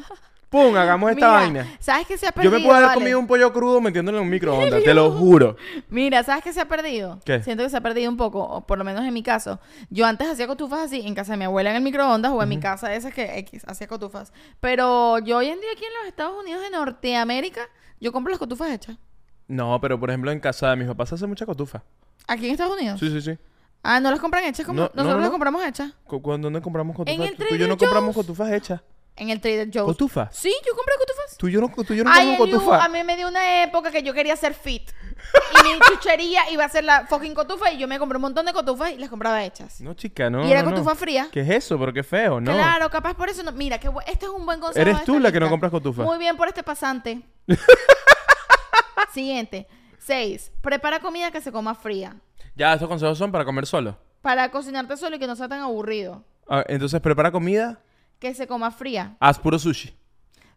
[SPEAKER 1] ¡Pum! Hagamos esta
[SPEAKER 2] Mira,
[SPEAKER 1] vaina.
[SPEAKER 2] ¿Sabes qué se ha
[SPEAKER 1] Yo
[SPEAKER 2] perdido?
[SPEAKER 1] me puedo haber
[SPEAKER 2] vale?
[SPEAKER 1] comido un pollo crudo metiéndolo en un microondas, te lo juro.
[SPEAKER 2] Mira, ¿sabes qué se ha perdido?
[SPEAKER 1] ¿Qué?
[SPEAKER 2] Siento que se ha perdido un poco, o por lo menos en mi caso. Yo antes hacía cotufas así, en casa de mi abuela en el microondas, o en mi casa de esas que X, hacía cotufas. Pero yo hoy en día aquí en los Estados Unidos de Norteamérica, yo compro las cotufas hechas.
[SPEAKER 1] No, pero por ejemplo en casa de mis papás se hace mucha cotufa.
[SPEAKER 2] Aquí en Estados Unidos.
[SPEAKER 1] Sí, sí, sí.
[SPEAKER 2] Ah, ¿no las compran hechas como
[SPEAKER 1] No, no,
[SPEAKER 2] nosotros
[SPEAKER 1] no,
[SPEAKER 2] las
[SPEAKER 1] no.
[SPEAKER 2] compramos hechas?
[SPEAKER 1] Cu- cu- ¿Dónde compramos cotufas?
[SPEAKER 2] el
[SPEAKER 1] Tú tú y yo
[SPEAKER 2] Trader
[SPEAKER 1] no compramos
[SPEAKER 2] Joe's.
[SPEAKER 1] cotufas hechas.
[SPEAKER 2] En el Trader Joe's.
[SPEAKER 1] ¿Cotufa?
[SPEAKER 2] Sí, yo compré cotufas.
[SPEAKER 1] Tú y yo no, tú y yo no
[SPEAKER 2] Ay,
[SPEAKER 1] comemos
[SPEAKER 2] Eliu, a
[SPEAKER 1] cotufa.
[SPEAKER 2] mí me dio una época que yo quería ser fit. Y mi chuchería iba a ser la fucking cotufa y yo me compré un montón de cotufas y las compraba hechas.
[SPEAKER 1] No, chica, no.
[SPEAKER 2] y era
[SPEAKER 1] no, no.
[SPEAKER 2] cotufa fría.
[SPEAKER 1] ¿Qué es eso? Pero qué feo, ¿no?
[SPEAKER 2] Claro, capaz por eso no. Mira, que bu- este es un buen consejo.
[SPEAKER 1] Eres
[SPEAKER 2] de
[SPEAKER 1] tú
[SPEAKER 2] esta
[SPEAKER 1] la que no
[SPEAKER 2] lista.
[SPEAKER 1] compras cotufa.
[SPEAKER 2] Muy bien por este pasante. Siguiente. Seis. Prepara comida que se coma fría.
[SPEAKER 1] Ya, estos consejos son para comer solo.
[SPEAKER 2] Para cocinarte solo y que no sea tan aburrido.
[SPEAKER 1] Ah, entonces, prepara comida,
[SPEAKER 2] Que se coma fría.
[SPEAKER 1] haz puro sushi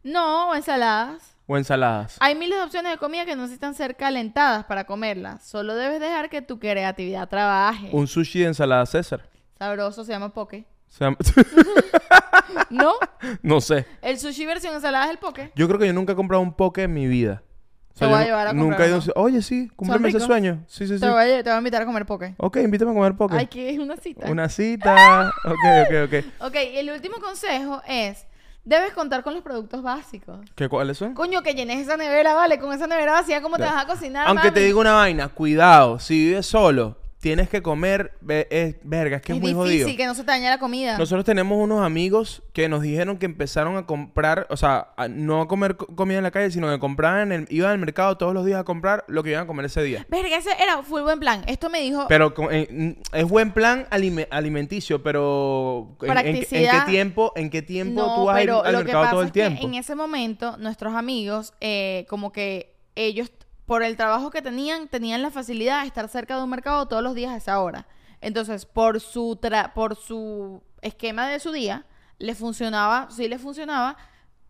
[SPEAKER 2] No, o ensaladas.
[SPEAKER 1] o ensaladas.
[SPEAKER 2] Hay miles de opciones de comida que no necesitan ser calentadas para comerlas. Solo debes dejar que tu creatividad trabaje.
[SPEAKER 1] Un sushi de ensalada César.
[SPEAKER 2] Sabroso, se llama poke.
[SPEAKER 1] Se llama-
[SPEAKER 2] ¿No?
[SPEAKER 1] no sé.
[SPEAKER 2] El sushi versión ensalada es el poke.
[SPEAKER 1] Yo creo que yo nunca he comprado un poke en mi vida. O
[SPEAKER 2] Te voy
[SPEAKER 1] yo
[SPEAKER 2] a
[SPEAKER 1] nu-
[SPEAKER 2] llevar a comprar
[SPEAKER 1] Nunca he ido a un
[SPEAKER 2] uno.
[SPEAKER 1] su- Oye, sí, cúmpleme ese
[SPEAKER 2] ricos.
[SPEAKER 1] sueño. Sí, sí, sí.
[SPEAKER 2] Te, voy a, te voy a invitar a comer poke.
[SPEAKER 1] Ok, invítame a comer poke.
[SPEAKER 2] Ay, que es una cita.
[SPEAKER 1] Una cita. ok, ok, ok.
[SPEAKER 2] Ok, y el último consejo es, debes contar con los productos básicos.
[SPEAKER 1] ¿Qué, ¿Cuáles son?
[SPEAKER 2] Coño, que llenes esa nevera, vale, con esa nevera vacía, ¿cómo te
[SPEAKER 1] Ya.
[SPEAKER 2] vas a cocinar?
[SPEAKER 1] Aunque te
[SPEAKER 2] mami?
[SPEAKER 1] digo una vaina, cuidado, si vives solo, tienes que comer, ve- es, verga, es que es, muy
[SPEAKER 2] difícil
[SPEAKER 1] jodido.
[SPEAKER 2] que no se te dañe la comida.
[SPEAKER 1] Nosotros tenemos unos amigos que nos dijeron que empezaron a comprar, o sea, a- no a comer co- comida en la calle, sino que compraban, en el- iban al mercado todos los días a comprar lo que iban a comer ese día.
[SPEAKER 2] Verga, ese era full buen plan. Esto me dijo...
[SPEAKER 1] Pero co- en- es buen plan alime- alimenticio, pero en- en, qué- en
[SPEAKER 2] Practicidad.
[SPEAKER 1] qué tiempo, en qué tiempo
[SPEAKER 2] no,
[SPEAKER 1] tú vas a ir
[SPEAKER 2] pero
[SPEAKER 1] al
[SPEAKER 2] lo que
[SPEAKER 1] mercado
[SPEAKER 2] pasa
[SPEAKER 1] todo el
[SPEAKER 2] es que
[SPEAKER 1] tiempo?
[SPEAKER 2] en ese momento nuestros amigos, eh, como que ellos, por el trabajo que tenían, tenían la facilidad de estar cerca de un mercado todos los días a esa hora. Entonces, por su, tra- por su esquema de su día, les funcionaba, sí les funcionaba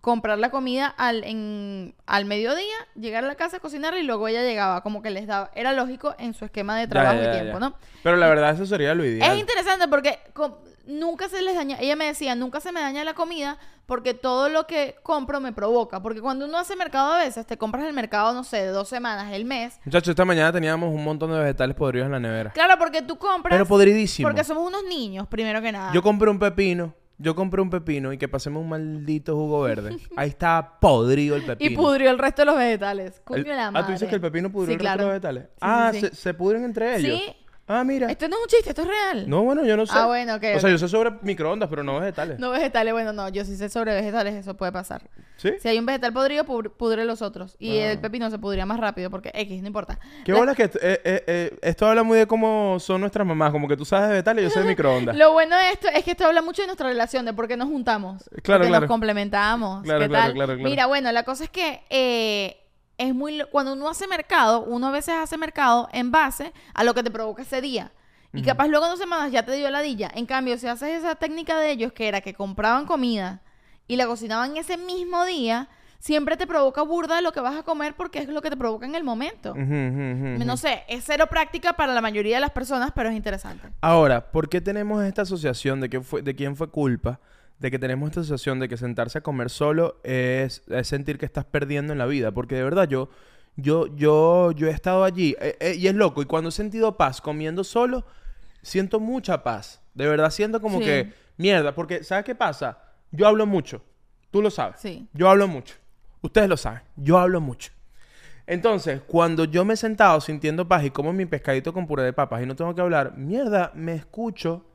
[SPEAKER 2] comprar la comida al, en- al mediodía, llegar a la casa, cocinarla y luego ella llegaba, como que les daba, era lógico en su esquema de
[SPEAKER 1] Ya,
[SPEAKER 2] trabajo
[SPEAKER 1] ya,
[SPEAKER 2] y
[SPEAKER 1] ya,
[SPEAKER 2] tiempo,
[SPEAKER 1] ya.
[SPEAKER 2] ¿no?
[SPEAKER 1] Pero la verdad eso sería lo
[SPEAKER 2] Es
[SPEAKER 1] ideal.
[SPEAKER 2] interesante porque co- nunca se les daña. Ella me decía, nunca se me daña la comida porque todo lo que compro me provoca. Porque cuando uno hace mercado a veces, te compras el mercado, no sé, de dos semanas, el mes.
[SPEAKER 1] Muchachos, esta mañana teníamos un montón de vegetales podridos en la nevera.
[SPEAKER 2] Claro, porque tú compras.
[SPEAKER 1] Pero podridísimo.
[SPEAKER 2] porque somos unos niños, primero que nada.
[SPEAKER 1] Yo compré un pepino. Yo compré un pepino y que pasemos un maldito jugo verde. Ahí estaba podrido el
[SPEAKER 2] y
[SPEAKER 1] pepino.
[SPEAKER 2] pudrió el resto de los vegetales. Coño
[SPEAKER 1] El-
[SPEAKER 2] de la
[SPEAKER 1] Ah, tú dices
[SPEAKER 2] madre.
[SPEAKER 1] que el pepino pudrió
[SPEAKER 2] Sí,
[SPEAKER 1] el resto de
[SPEAKER 2] claro.
[SPEAKER 1] los vegetales.
[SPEAKER 2] Sí,
[SPEAKER 1] ah,
[SPEAKER 2] sí, sí.
[SPEAKER 1] Se, se pudren entre ellos.
[SPEAKER 2] Sí.
[SPEAKER 1] Ah, mira.
[SPEAKER 2] Esto no es un chiste, esto es real.
[SPEAKER 1] No, bueno, yo no sé.
[SPEAKER 2] Ah, bueno, ok,
[SPEAKER 1] O sea,
[SPEAKER 2] ok.
[SPEAKER 1] yo sé sobre microondas, pero no vegetales.
[SPEAKER 2] No vegetales, bueno, no, yo sí sé sobre vegetales, eso puede pasar.
[SPEAKER 1] ¿Sí?
[SPEAKER 2] Si hay un vegetal podrido, pudre, pudre los otros. Y
[SPEAKER 1] Ah.
[SPEAKER 2] el pepino se pudría más rápido porque X, no importa.
[SPEAKER 1] Qué
[SPEAKER 2] La-
[SPEAKER 1] bola que eh, eh, eh, esto habla muy de cómo son nuestras mamás, como que tú sabes de vegetales y yo sé de microondas.
[SPEAKER 2] Lo bueno de esto es que esto habla mucho de nuestra relación, de por qué nos juntamos.
[SPEAKER 1] Eh, Claro,
[SPEAKER 2] porque
[SPEAKER 1] claro.
[SPEAKER 2] Nos complementamos.
[SPEAKER 1] Claro,
[SPEAKER 2] ¿qué
[SPEAKER 1] claro,
[SPEAKER 2] tal?
[SPEAKER 1] claro, claro.
[SPEAKER 2] Mira, bueno, la cosa es que eh, es muy lo- cuando uno hace mercado, uno a veces hace mercado en base a lo que te provoca ese día. Y capaz luego en dos semanas ya te dio la dilla. En cambio, si haces esa técnica de ellos, que era que compraban comida y la cocinaban ese mismo día, siempre te provoca burda lo que vas a comer porque es lo que te provoca en el momento.
[SPEAKER 1] Ujú, ujú, ujú, ujú.
[SPEAKER 2] No sé, es cero práctica para la mayoría de las personas, pero es interesante.
[SPEAKER 1] Ahora, ¿por qué tenemos esta asociación de, que fue, de quién fue culpa? De que tenemos esta asociación de que sentarse a comer solo es, es sentir que estás perdiendo en la vida. Porque de verdad yo, yo, yo, yo he estado allí eh, eh, y es loco. Y cuando he sentido paz comiendo solo, siento mucha paz. De verdad siento como
[SPEAKER 2] Sí.
[SPEAKER 1] que mierda. Porque ¿sabes qué pasa? Yo hablo mucho. Tú lo sabes.
[SPEAKER 2] Sí.
[SPEAKER 1] Yo hablo mucho. Ustedes lo saben. Yo hablo mucho. Entonces, cuando yo me he sentado sintiendo paz y como mi pescadito con puré de papas y no tengo que hablar, mierda, me escucho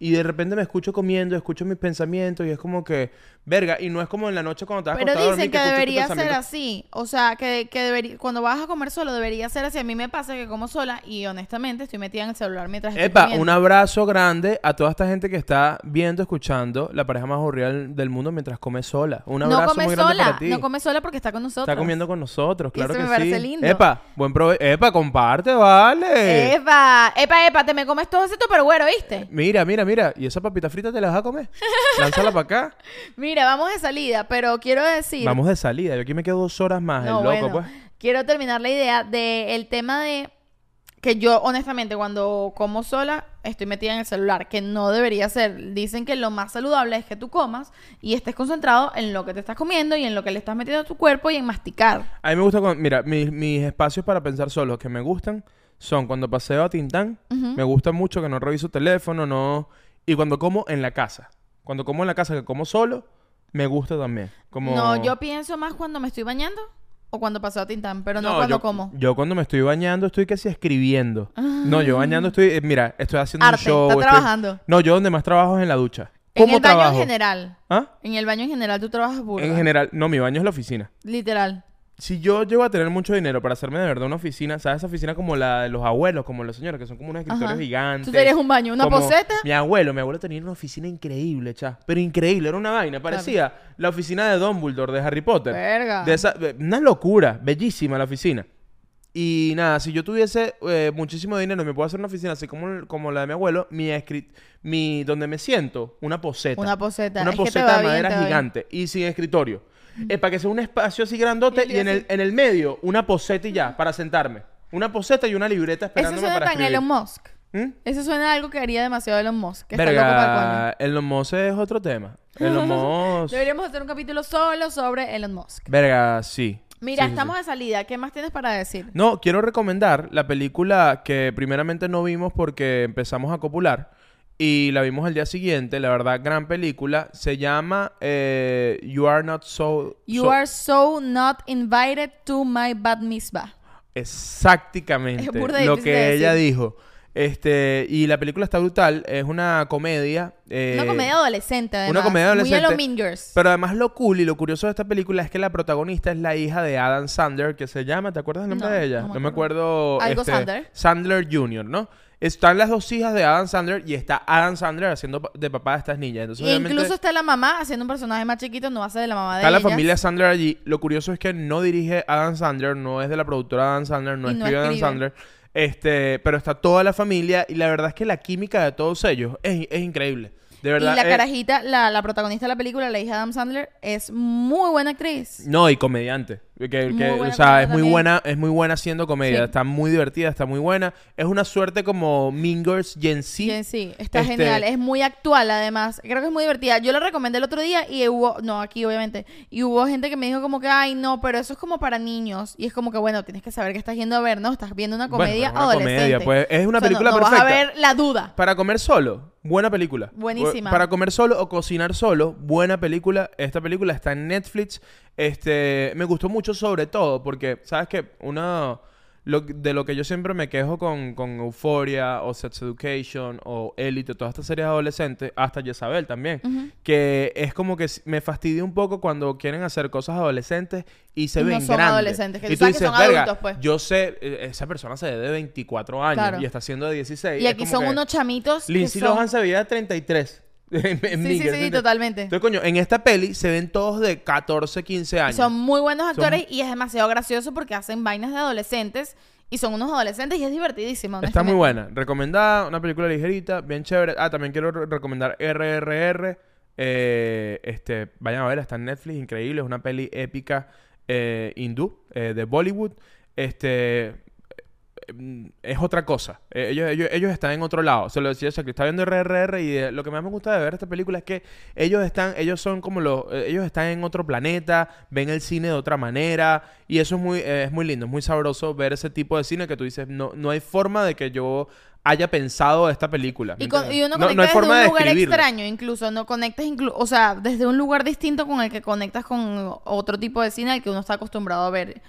[SPEAKER 1] y de repente me escucho comiendo, escucho mis pensamientos y es como que, verga, y no es como en la noche cuando te vas a
[SPEAKER 2] Pero
[SPEAKER 1] acostar a
[SPEAKER 2] dicen
[SPEAKER 1] dormir este
[SPEAKER 2] que
[SPEAKER 1] escuchas tus
[SPEAKER 2] debería ser
[SPEAKER 1] pensamientos.
[SPEAKER 2] así. O sea, que, que deberí- cuando vas a comer solo debería ser así. A mí me pasa que como sola y honestamente estoy metida en el celular mientras estoy
[SPEAKER 1] Epa,
[SPEAKER 2] comiendo.
[SPEAKER 1] un abrazo grande a toda esta gente que está viendo, escuchando la pareja más horrible del mundo mientras come sola. Un abrazo
[SPEAKER 2] no come
[SPEAKER 1] muy grande
[SPEAKER 2] sola,
[SPEAKER 1] para ti.
[SPEAKER 2] no come sola porque está con nosotros.
[SPEAKER 1] Está comiendo con nosotros, claro
[SPEAKER 2] Eso
[SPEAKER 1] que
[SPEAKER 2] me parece
[SPEAKER 1] sí.
[SPEAKER 2] lindo.
[SPEAKER 1] Epa, buen provecho. Epa, comparte, vale.
[SPEAKER 2] Epa, epa, epa, te me comes todo ese topperware, ¿viste?
[SPEAKER 1] Mira, mira, mira. ¿Y esa papita frita te la vas a comer? Lánzala para acá.
[SPEAKER 2] Mira, vamos de salida, pero quiero decir...
[SPEAKER 1] Vamos de salida. Yo aquí me quedo dos horas más,
[SPEAKER 2] No,
[SPEAKER 1] el loco,
[SPEAKER 2] bueno,
[SPEAKER 1] pues.
[SPEAKER 2] Quiero terminar la idea del tema de que yo, honestamente, cuando como sola, estoy metida en el celular, que no debería ser. Dicen que lo más saludable es que tú comas y estés concentrado en lo que te estás comiendo y en lo que le estás metiendo a tu cuerpo y en masticar.
[SPEAKER 1] A mí me gusta cuando... Mira, mis, mis espacios para pensar solos que me gustan son cuando paseo a Tintán.
[SPEAKER 2] Ujú.
[SPEAKER 1] Me gusta mucho que no reviso teléfono, no... Y cuando como en la casa. Cuando como en la casa, que como solo, me gusta también. Como...
[SPEAKER 2] No, yo pienso más cuando me estoy bañando o cuando paso a Tintán, pero no, cuando
[SPEAKER 1] yo,
[SPEAKER 2] como. Ah.
[SPEAKER 1] Yo cuando me estoy bañando estoy casi escribiendo. No, yo bañando estoy... eh, mira, estoy haciendo
[SPEAKER 2] Arte,
[SPEAKER 1] un show.
[SPEAKER 2] está
[SPEAKER 1] estoy-
[SPEAKER 2] trabajando.
[SPEAKER 1] No, yo donde más trabajo es en la ducha.
[SPEAKER 2] En
[SPEAKER 1] ¿Cómo
[SPEAKER 2] el baño
[SPEAKER 1] trabajo?
[SPEAKER 2] en general.
[SPEAKER 1] ¿Ah?
[SPEAKER 2] En el baño en general tú trabajas burda.
[SPEAKER 1] En general, no, mi baño es la oficina.
[SPEAKER 2] Literal.
[SPEAKER 1] Si yo llego a tener mucho dinero para hacerme de verdad una oficina, ¿sabes? Esa oficina como la de los abuelos, como los señores, que son como unos escritorios
[SPEAKER 2] Ajá.
[SPEAKER 1] gigantes.
[SPEAKER 2] Tú tenías un baño, una
[SPEAKER 1] como-
[SPEAKER 2] poseta.
[SPEAKER 1] Mi abuelo, mi abuelo tenía una oficina increíble, cha. Pero increíble, era una vaina. Parecía la oficina de Dumbledore, de Harry Potter.
[SPEAKER 2] Verga.
[SPEAKER 1] De esa, de- una locura, bellísima la oficina. Y nada, si yo tuviese eh, muchísimo dinero y me puedo hacer una oficina así como, como la de mi abuelo, mi, escrit- mi donde me siento, una poseta.
[SPEAKER 2] Una poseta.
[SPEAKER 1] Una
[SPEAKER 2] Es que te
[SPEAKER 1] poseta
[SPEAKER 2] va
[SPEAKER 1] de
[SPEAKER 2] bien,
[SPEAKER 1] madera
[SPEAKER 2] te va bien.
[SPEAKER 1] gigante y sin escritorio. Es para que sea un espacio así grandote
[SPEAKER 2] Y
[SPEAKER 1] y,
[SPEAKER 2] yo
[SPEAKER 1] en, el,
[SPEAKER 2] así.
[SPEAKER 1] en el medio una poseta y ya, para sentarme. Una poseta y una libreta
[SPEAKER 2] Eso
[SPEAKER 1] esperándome
[SPEAKER 2] suena
[SPEAKER 1] para
[SPEAKER 2] tan
[SPEAKER 1] escribir.
[SPEAKER 2] Elon Musk.
[SPEAKER 1] ¿Mm?
[SPEAKER 2] Eso suena a algo que haría demasiado Elon Musk. Que está loco para el
[SPEAKER 1] Verga, Elon Musk es otro tema. Elon
[SPEAKER 2] coño.
[SPEAKER 1] Musk...
[SPEAKER 2] Deberíamos hacer un capítulo solo sobre Elon Musk.
[SPEAKER 1] Verga, sí.
[SPEAKER 2] Mira,
[SPEAKER 1] Sí, sí, sí.
[SPEAKER 2] estamos de salida. ¿Qué más tienes para decir?
[SPEAKER 1] No, quiero recomendar la película que primeramente no vimos porque empezamos a copular y la vimos al día siguiente, la verdad, gran película. Se llama eh, You Are Not So...
[SPEAKER 2] You
[SPEAKER 1] So-
[SPEAKER 2] are so not invited to my bad mitzvah.
[SPEAKER 1] Exactamente
[SPEAKER 2] Es burda
[SPEAKER 1] lo
[SPEAKER 2] difícil
[SPEAKER 1] que
[SPEAKER 2] de
[SPEAKER 1] ella
[SPEAKER 2] decir.
[SPEAKER 1] dijo. Este, y la película está brutal, es una comedia. eh,
[SPEAKER 2] una comedia adolescente, además.
[SPEAKER 1] una comedia
[SPEAKER 2] Muy a
[SPEAKER 1] adolescente.
[SPEAKER 2] lo Mingers.
[SPEAKER 1] Pero además lo cool y lo curioso de esta película es que la protagonista es la hija de Adam Sandler, que se llama, ¿te acuerdas el nombre
[SPEAKER 2] No,
[SPEAKER 1] de ella?
[SPEAKER 2] no
[SPEAKER 1] No
[SPEAKER 2] me
[SPEAKER 1] me, acuerdo. este,
[SPEAKER 2] Algo Sandler.
[SPEAKER 1] Sandler Jr., ¿no? Están las dos hijas de Adam Sandler y está Adam Sandler haciendo pa- de papá de estas niñas. Entonces,
[SPEAKER 2] E
[SPEAKER 1] obviamente,
[SPEAKER 2] incluso está la mamá haciendo un personaje más chiquito, no hace de la mamá de
[SPEAKER 1] está la
[SPEAKER 2] ellas.
[SPEAKER 1] familia Sandler allí. Lo curioso es que no dirige Adam Sandler, no es de la productora Adam Sandler, no
[SPEAKER 2] Y no
[SPEAKER 1] escribe Adam
[SPEAKER 2] escribe.
[SPEAKER 1] Sandler. Este, pero está toda la familia y la verdad es que la química de todos ellos es, es increíble. De
[SPEAKER 2] Y
[SPEAKER 1] verdad. eh,
[SPEAKER 2] la
[SPEAKER 1] es-
[SPEAKER 2] carajita, la, la protagonista de la película, la hija de Adam Sandler, es muy buena actriz.
[SPEAKER 1] No, y comediante. Que, que-
[SPEAKER 2] Muy buena
[SPEAKER 1] o sea, es muy
[SPEAKER 2] comediante también.
[SPEAKER 1] buena, es muy buena haciendo comedia.
[SPEAKER 2] Sí.
[SPEAKER 1] Está muy divertida, está muy buena. Es una suerte como Mingers Gen Z.
[SPEAKER 2] Bien, sí, está
[SPEAKER 1] Este-
[SPEAKER 2] genial. Es muy actual, además. Creo que es muy divertida. Yo la recomendé el otro día y hubo, no, aquí obviamente, y hubo gente que me dijo como que, ay, no, pero eso es como para niños. Y es como que, bueno, tienes que saber que estás yendo a ver, ¿no? Estás viendo una
[SPEAKER 1] Bueno,
[SPEAKER 2] comedia
[SPEAKER 1] es una comedia,
[SPEAKER 2] adolescente.
[SPEAKER 1] pues, es una
[SPEAKER 2] O sea, no-
[SPEAKER 1] película
[SPEAKER 2] no, vas a
[SPEAKER 1] perfecta.
[SPEAKER 2] ver la duda.
[SPEAKER 1] Para comer solo, buena película.
[SPEAKER 2] Buenísima.
[SPEAKER 1] Bu- Para comer solo o cocinar solo, buena película. Esta película está en Netflix. Este, me gustó mucho sobre todo porque, ¿sabes qué? Una lo- de lo que yo siempre me quejo con, con Euphoria o Sex Education o Elite, todas estas series adolescentes, hasta Jezabel también, que es como que s- me fastidia un poco cuando quieren hacer cosas adolescentes y se
[SPEAKER 2] Y no
[SPEAKER 1] ven
[SPEAKER 2] son
[SPEAKER 1] grandes.
[SPEAKER 2] adolescentes, que
[SPEAKER 1] y
[SPEAKER 2] tú
[SPEAKER 1] tú
[SPEAKER 2] sabes que
[SPEAKER 1] dices,
[SPEAKER 2] son
[SPEAKER 1] "Verga,
[SPEAKER 2] adultos, pues".
[SPEAKER 1] yo sé, eh, esa persona se ve de 24 años
[SPEAKER 2] Claro.
[SPEAKER 1] y está haciendo de 16.
[SPEAKER 2] Y
[SPEAKER 1] Eh, Es
[SPEAKER 2] aquí
[SPEAKER 1] como
[SPEAKER 2] son
[SPEAKER 1] que-
[SPEAKER 2] unos chamitos. que
[SPEAKER 1] Lindsay
[SPEAKER 2] son-
[SPEAKER 1] Lohan se veía de 33. En- en
[SPEAKER 2] Sí, sí,
[SPEAKER 1] Miguel,
[SPEAKER 2] sí,
[SPEAKER 1] ¿entiendes?
[SPEAKER 2] totalmente.
[SPEAKER 1] Entonces, coño, en esta peli se ven todos de 14, 15 años.
[SPEAKER 2] Son muy buenos actores y es demasiado gracioso porque hacen vainas de adolescentes y son unos adolescentes y es divertidísimo.
[SPEAKER 1] Está muy
[SPEAKER 2] honestamente.
[SPEAKER 1] buena. Recomendada, una película ligerita, bien chévere. Ah, también quiero re- recomendar RRR. Eh, este, vayan a verla, está en Netflix, increíble, es una peli épica eh, hindú eh, de Bollywood. Este, mm, es otra cosa. Eh, ellos, ellos, ellos están en otro lado. Se lo decía Shakira. Estaba viendo RRR y eh, lo que más me gusta de ver esta película es que ellos están, ellos son como los, eh, ellos están en otro planeta, ven el cine de otra manera y eso es muy, eh, es muy lindo, es muy sabroso ver ese tipo de cine que tú dices, no, no hay forma de que yo haya pensado esta película. ¿me
[SPEAKER 2] Y, con-
[SPEAKER 1] entiendes?
[SPEAKER 2] y uno
[SPEAKER 1] No-
[SPEAKER 2] conecta
[SPEAKER 1] no hay
[SPEAKER 2] desde
[SPEAKER 1] forma
[SPEAKER 2] un
[SPEAKER 1] de
[SPEAKER 2] lugar
[SPEAKER 1] describirlo.
[SPEAKER 2] extraño, incluso. No conectas, inclu- o sea, desde un lugar distinto con el que conectas con otro tipo de cine al que uno está acostumbrado a ver.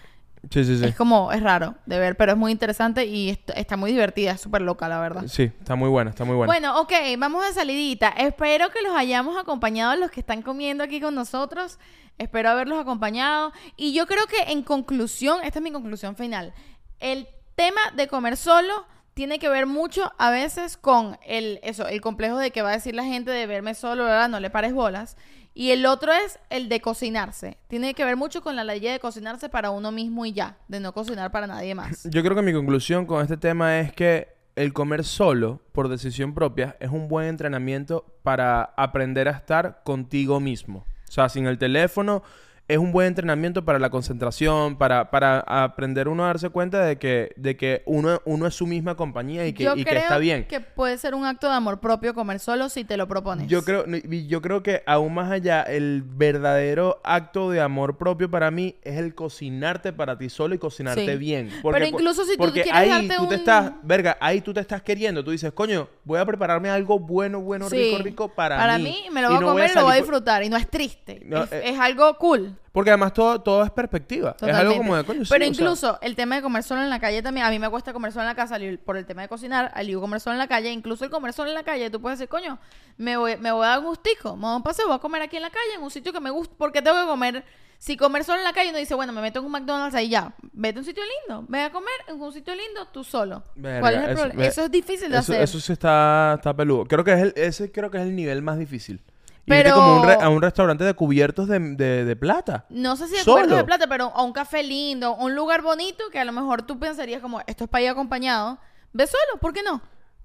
[SPEAKER 1] Sí, sí, sí.
[SPEAKER 2] Es como, es raro de ver, pero es muy interesante y est- está muy divertida, es súper loca, la verdad.
[SPEAKER 1] Sí, está muy buena, está muy buena.
[SPEAKER 2] Bueno, ok, vamos de salidita. Espero que los hayamos acompañado, los que están comiendo aquí con nosotros. Espero haberlos acompañado. Y yo creo que en conclusión, esta es mi conclusión final. El tema de comer solo tiene que ver mucho a veces con el, eso, el complejo de que va a decir la gente de verme solo, ¿verdad? No le pares bolas. Y el otro es el de cocinarse. Tiene que ver mucho con la ley de cocinarse para uno mismo y ya, de no cocinar para nadie más.
[SPEAKER 1] Yo creo que mi conclusión con este tema es que el comer solo, por decisión propia, es un buen entrenamiento para aprender a estar contigo mismo. O sea, sin el teléfono, es un buen entrenamiento para la concentración, para, para aprender uno a darse cuenta de que, de que uno, uno es su misma compañía y que,
[SPEAKER 2] yo
[SPEAKER 1] y que
[SPEAKER 2] creo
[SPEAKER 1] está bien.
[SPEAKER 2] que puede ser un acto de amor propio comer solo si te lo propones.
[SPEAKER 1] Yo creo, no, y yo creo que aún más allá, el verdadero acto de amor propio para mí es el cocinarte para ti solo y cocinarte
[SPEAKER 2] Sí.
[SPEAKER 1] bien.
[SPEAKER 2] Pero incluso si tú
[SPEAKER 1] porque
[SPEAKER 2] quieres
[SPEAKER 1] ahí
[SPEAKER 2] darte
[SPEAKER 1] tú te
[SPEAKER 2] un-
[SPEAKER 1] estás, verga, ahí tú te estás queriendo. Tú dices, coño, voy a prepararme algo bueno, bueno,
[SPEAKER 2] Sí.
[SPEAKER 1] rico, rico para, mí.
[SPEAKER 2] me lo
[SPEAKER 1] Y
[SPEAKER 2] voy a
[SPEAKER 1] no
[SPEAKER 2] comer y lo voy a
[SPEAKER 1] salir-
[SPEAKER 2] disfrutar. Y no es triste.
[SPEAKER 1] No,
[SPEAKER 2] es,
[SPEAKER 1] eh,
[SPEAKER 2] es algo cool.
[SPEAKER 1] Porque además todo, todo es perspectiva. Es algo
[SPEAKER 2] totalmente.
[SPEAKER 1] como de coño. sí,
[SPEAKER 2] Pero
[SPEAKER 1] o sea,
[SPEAKER 2] incluso el tema de comer solo en la calle también. A mí me cuesta comer solo en la casa Liu, por el tema de cocinar. Al Liu comer solo en la calle. Incluso el comer solo en la calle, tú puedes decir, coño, me voy, me voy a dar un gustico. Me voy a un paseo, voy a comer aquí en la calle, en un sitio que me gusta. porque tengo que comer? Si comer solo en la calle, uno dice, bueno, me meto en un McDonald's ahí ya. Vete a un sitio lindo. Ve a comer en un sitio lindo tú solo.
[SPEAKER 1] verga,
[SPEAKER 2] ¿Cuál es el problema?
[SPEAKER 1] ve-
[SPEAKER 2] Eso es difícil de
[SPEAKER 1] eso-
[SPEAKER 2] hacer.
[SPEAKER 1] Eso sí está, está peludo. Creo que es el, ese creo que es el nivel más difícil. Irte
[SPEAKER 2] Pero-
[SPEAKER 1] como un re- a un restaurante de cubiertos de, de- de plata.
[SPEAKER 2] No sé si de
[SPEAKER 1] Solo.
[SPEAKER 2] cuartos de plata, pero a un café lindo, a un lugar bonito que a lo mejor tú pensarías como esto es para ir acompañado. Ve solo, ¿por qué no?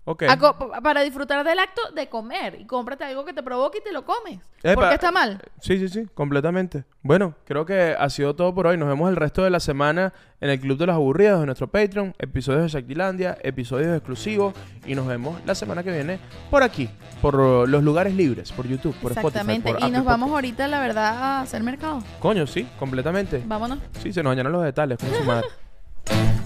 [SPEAKER 1] Ok.
[SPEAKER 2] A Ah, co- pa- para disfrutar del acto de comer y cómprate algo que te provoque y te lo comes.
[SPEAKER 1] Epa.
[SPEAKER 2] ¿Por qué está mal?
[SPEAKER 1] Sí, sí, sí, completamente. Bueno, creo que ha sido todo por hoy. Nos vemos el resto de la semana en el Club de los Aburridos de nuestro Patreon, episodios de Shaktilandia, episodios exclusivos y nos vemos la semana que viene por aquí, por uh, los lugares libres, por YouTube, por Spotify,
[SPEAKER 2] Exactamente.
[SPEAKER 1] por
[SPEAKER 2] y
[SPEAKER 1] Apple
[SPEAKER 2] nos vamos
[SPEAKER 1] Podcast.
[SPEAKER 2] ahorita, la verdad, a hacer mercado.
[SPEAKER 1] Coño, sí, completamente.
[SPEAKER 2] Vámonos.
[SPEAKER 1] Sí, se nos dañaron los detalles, con su madre.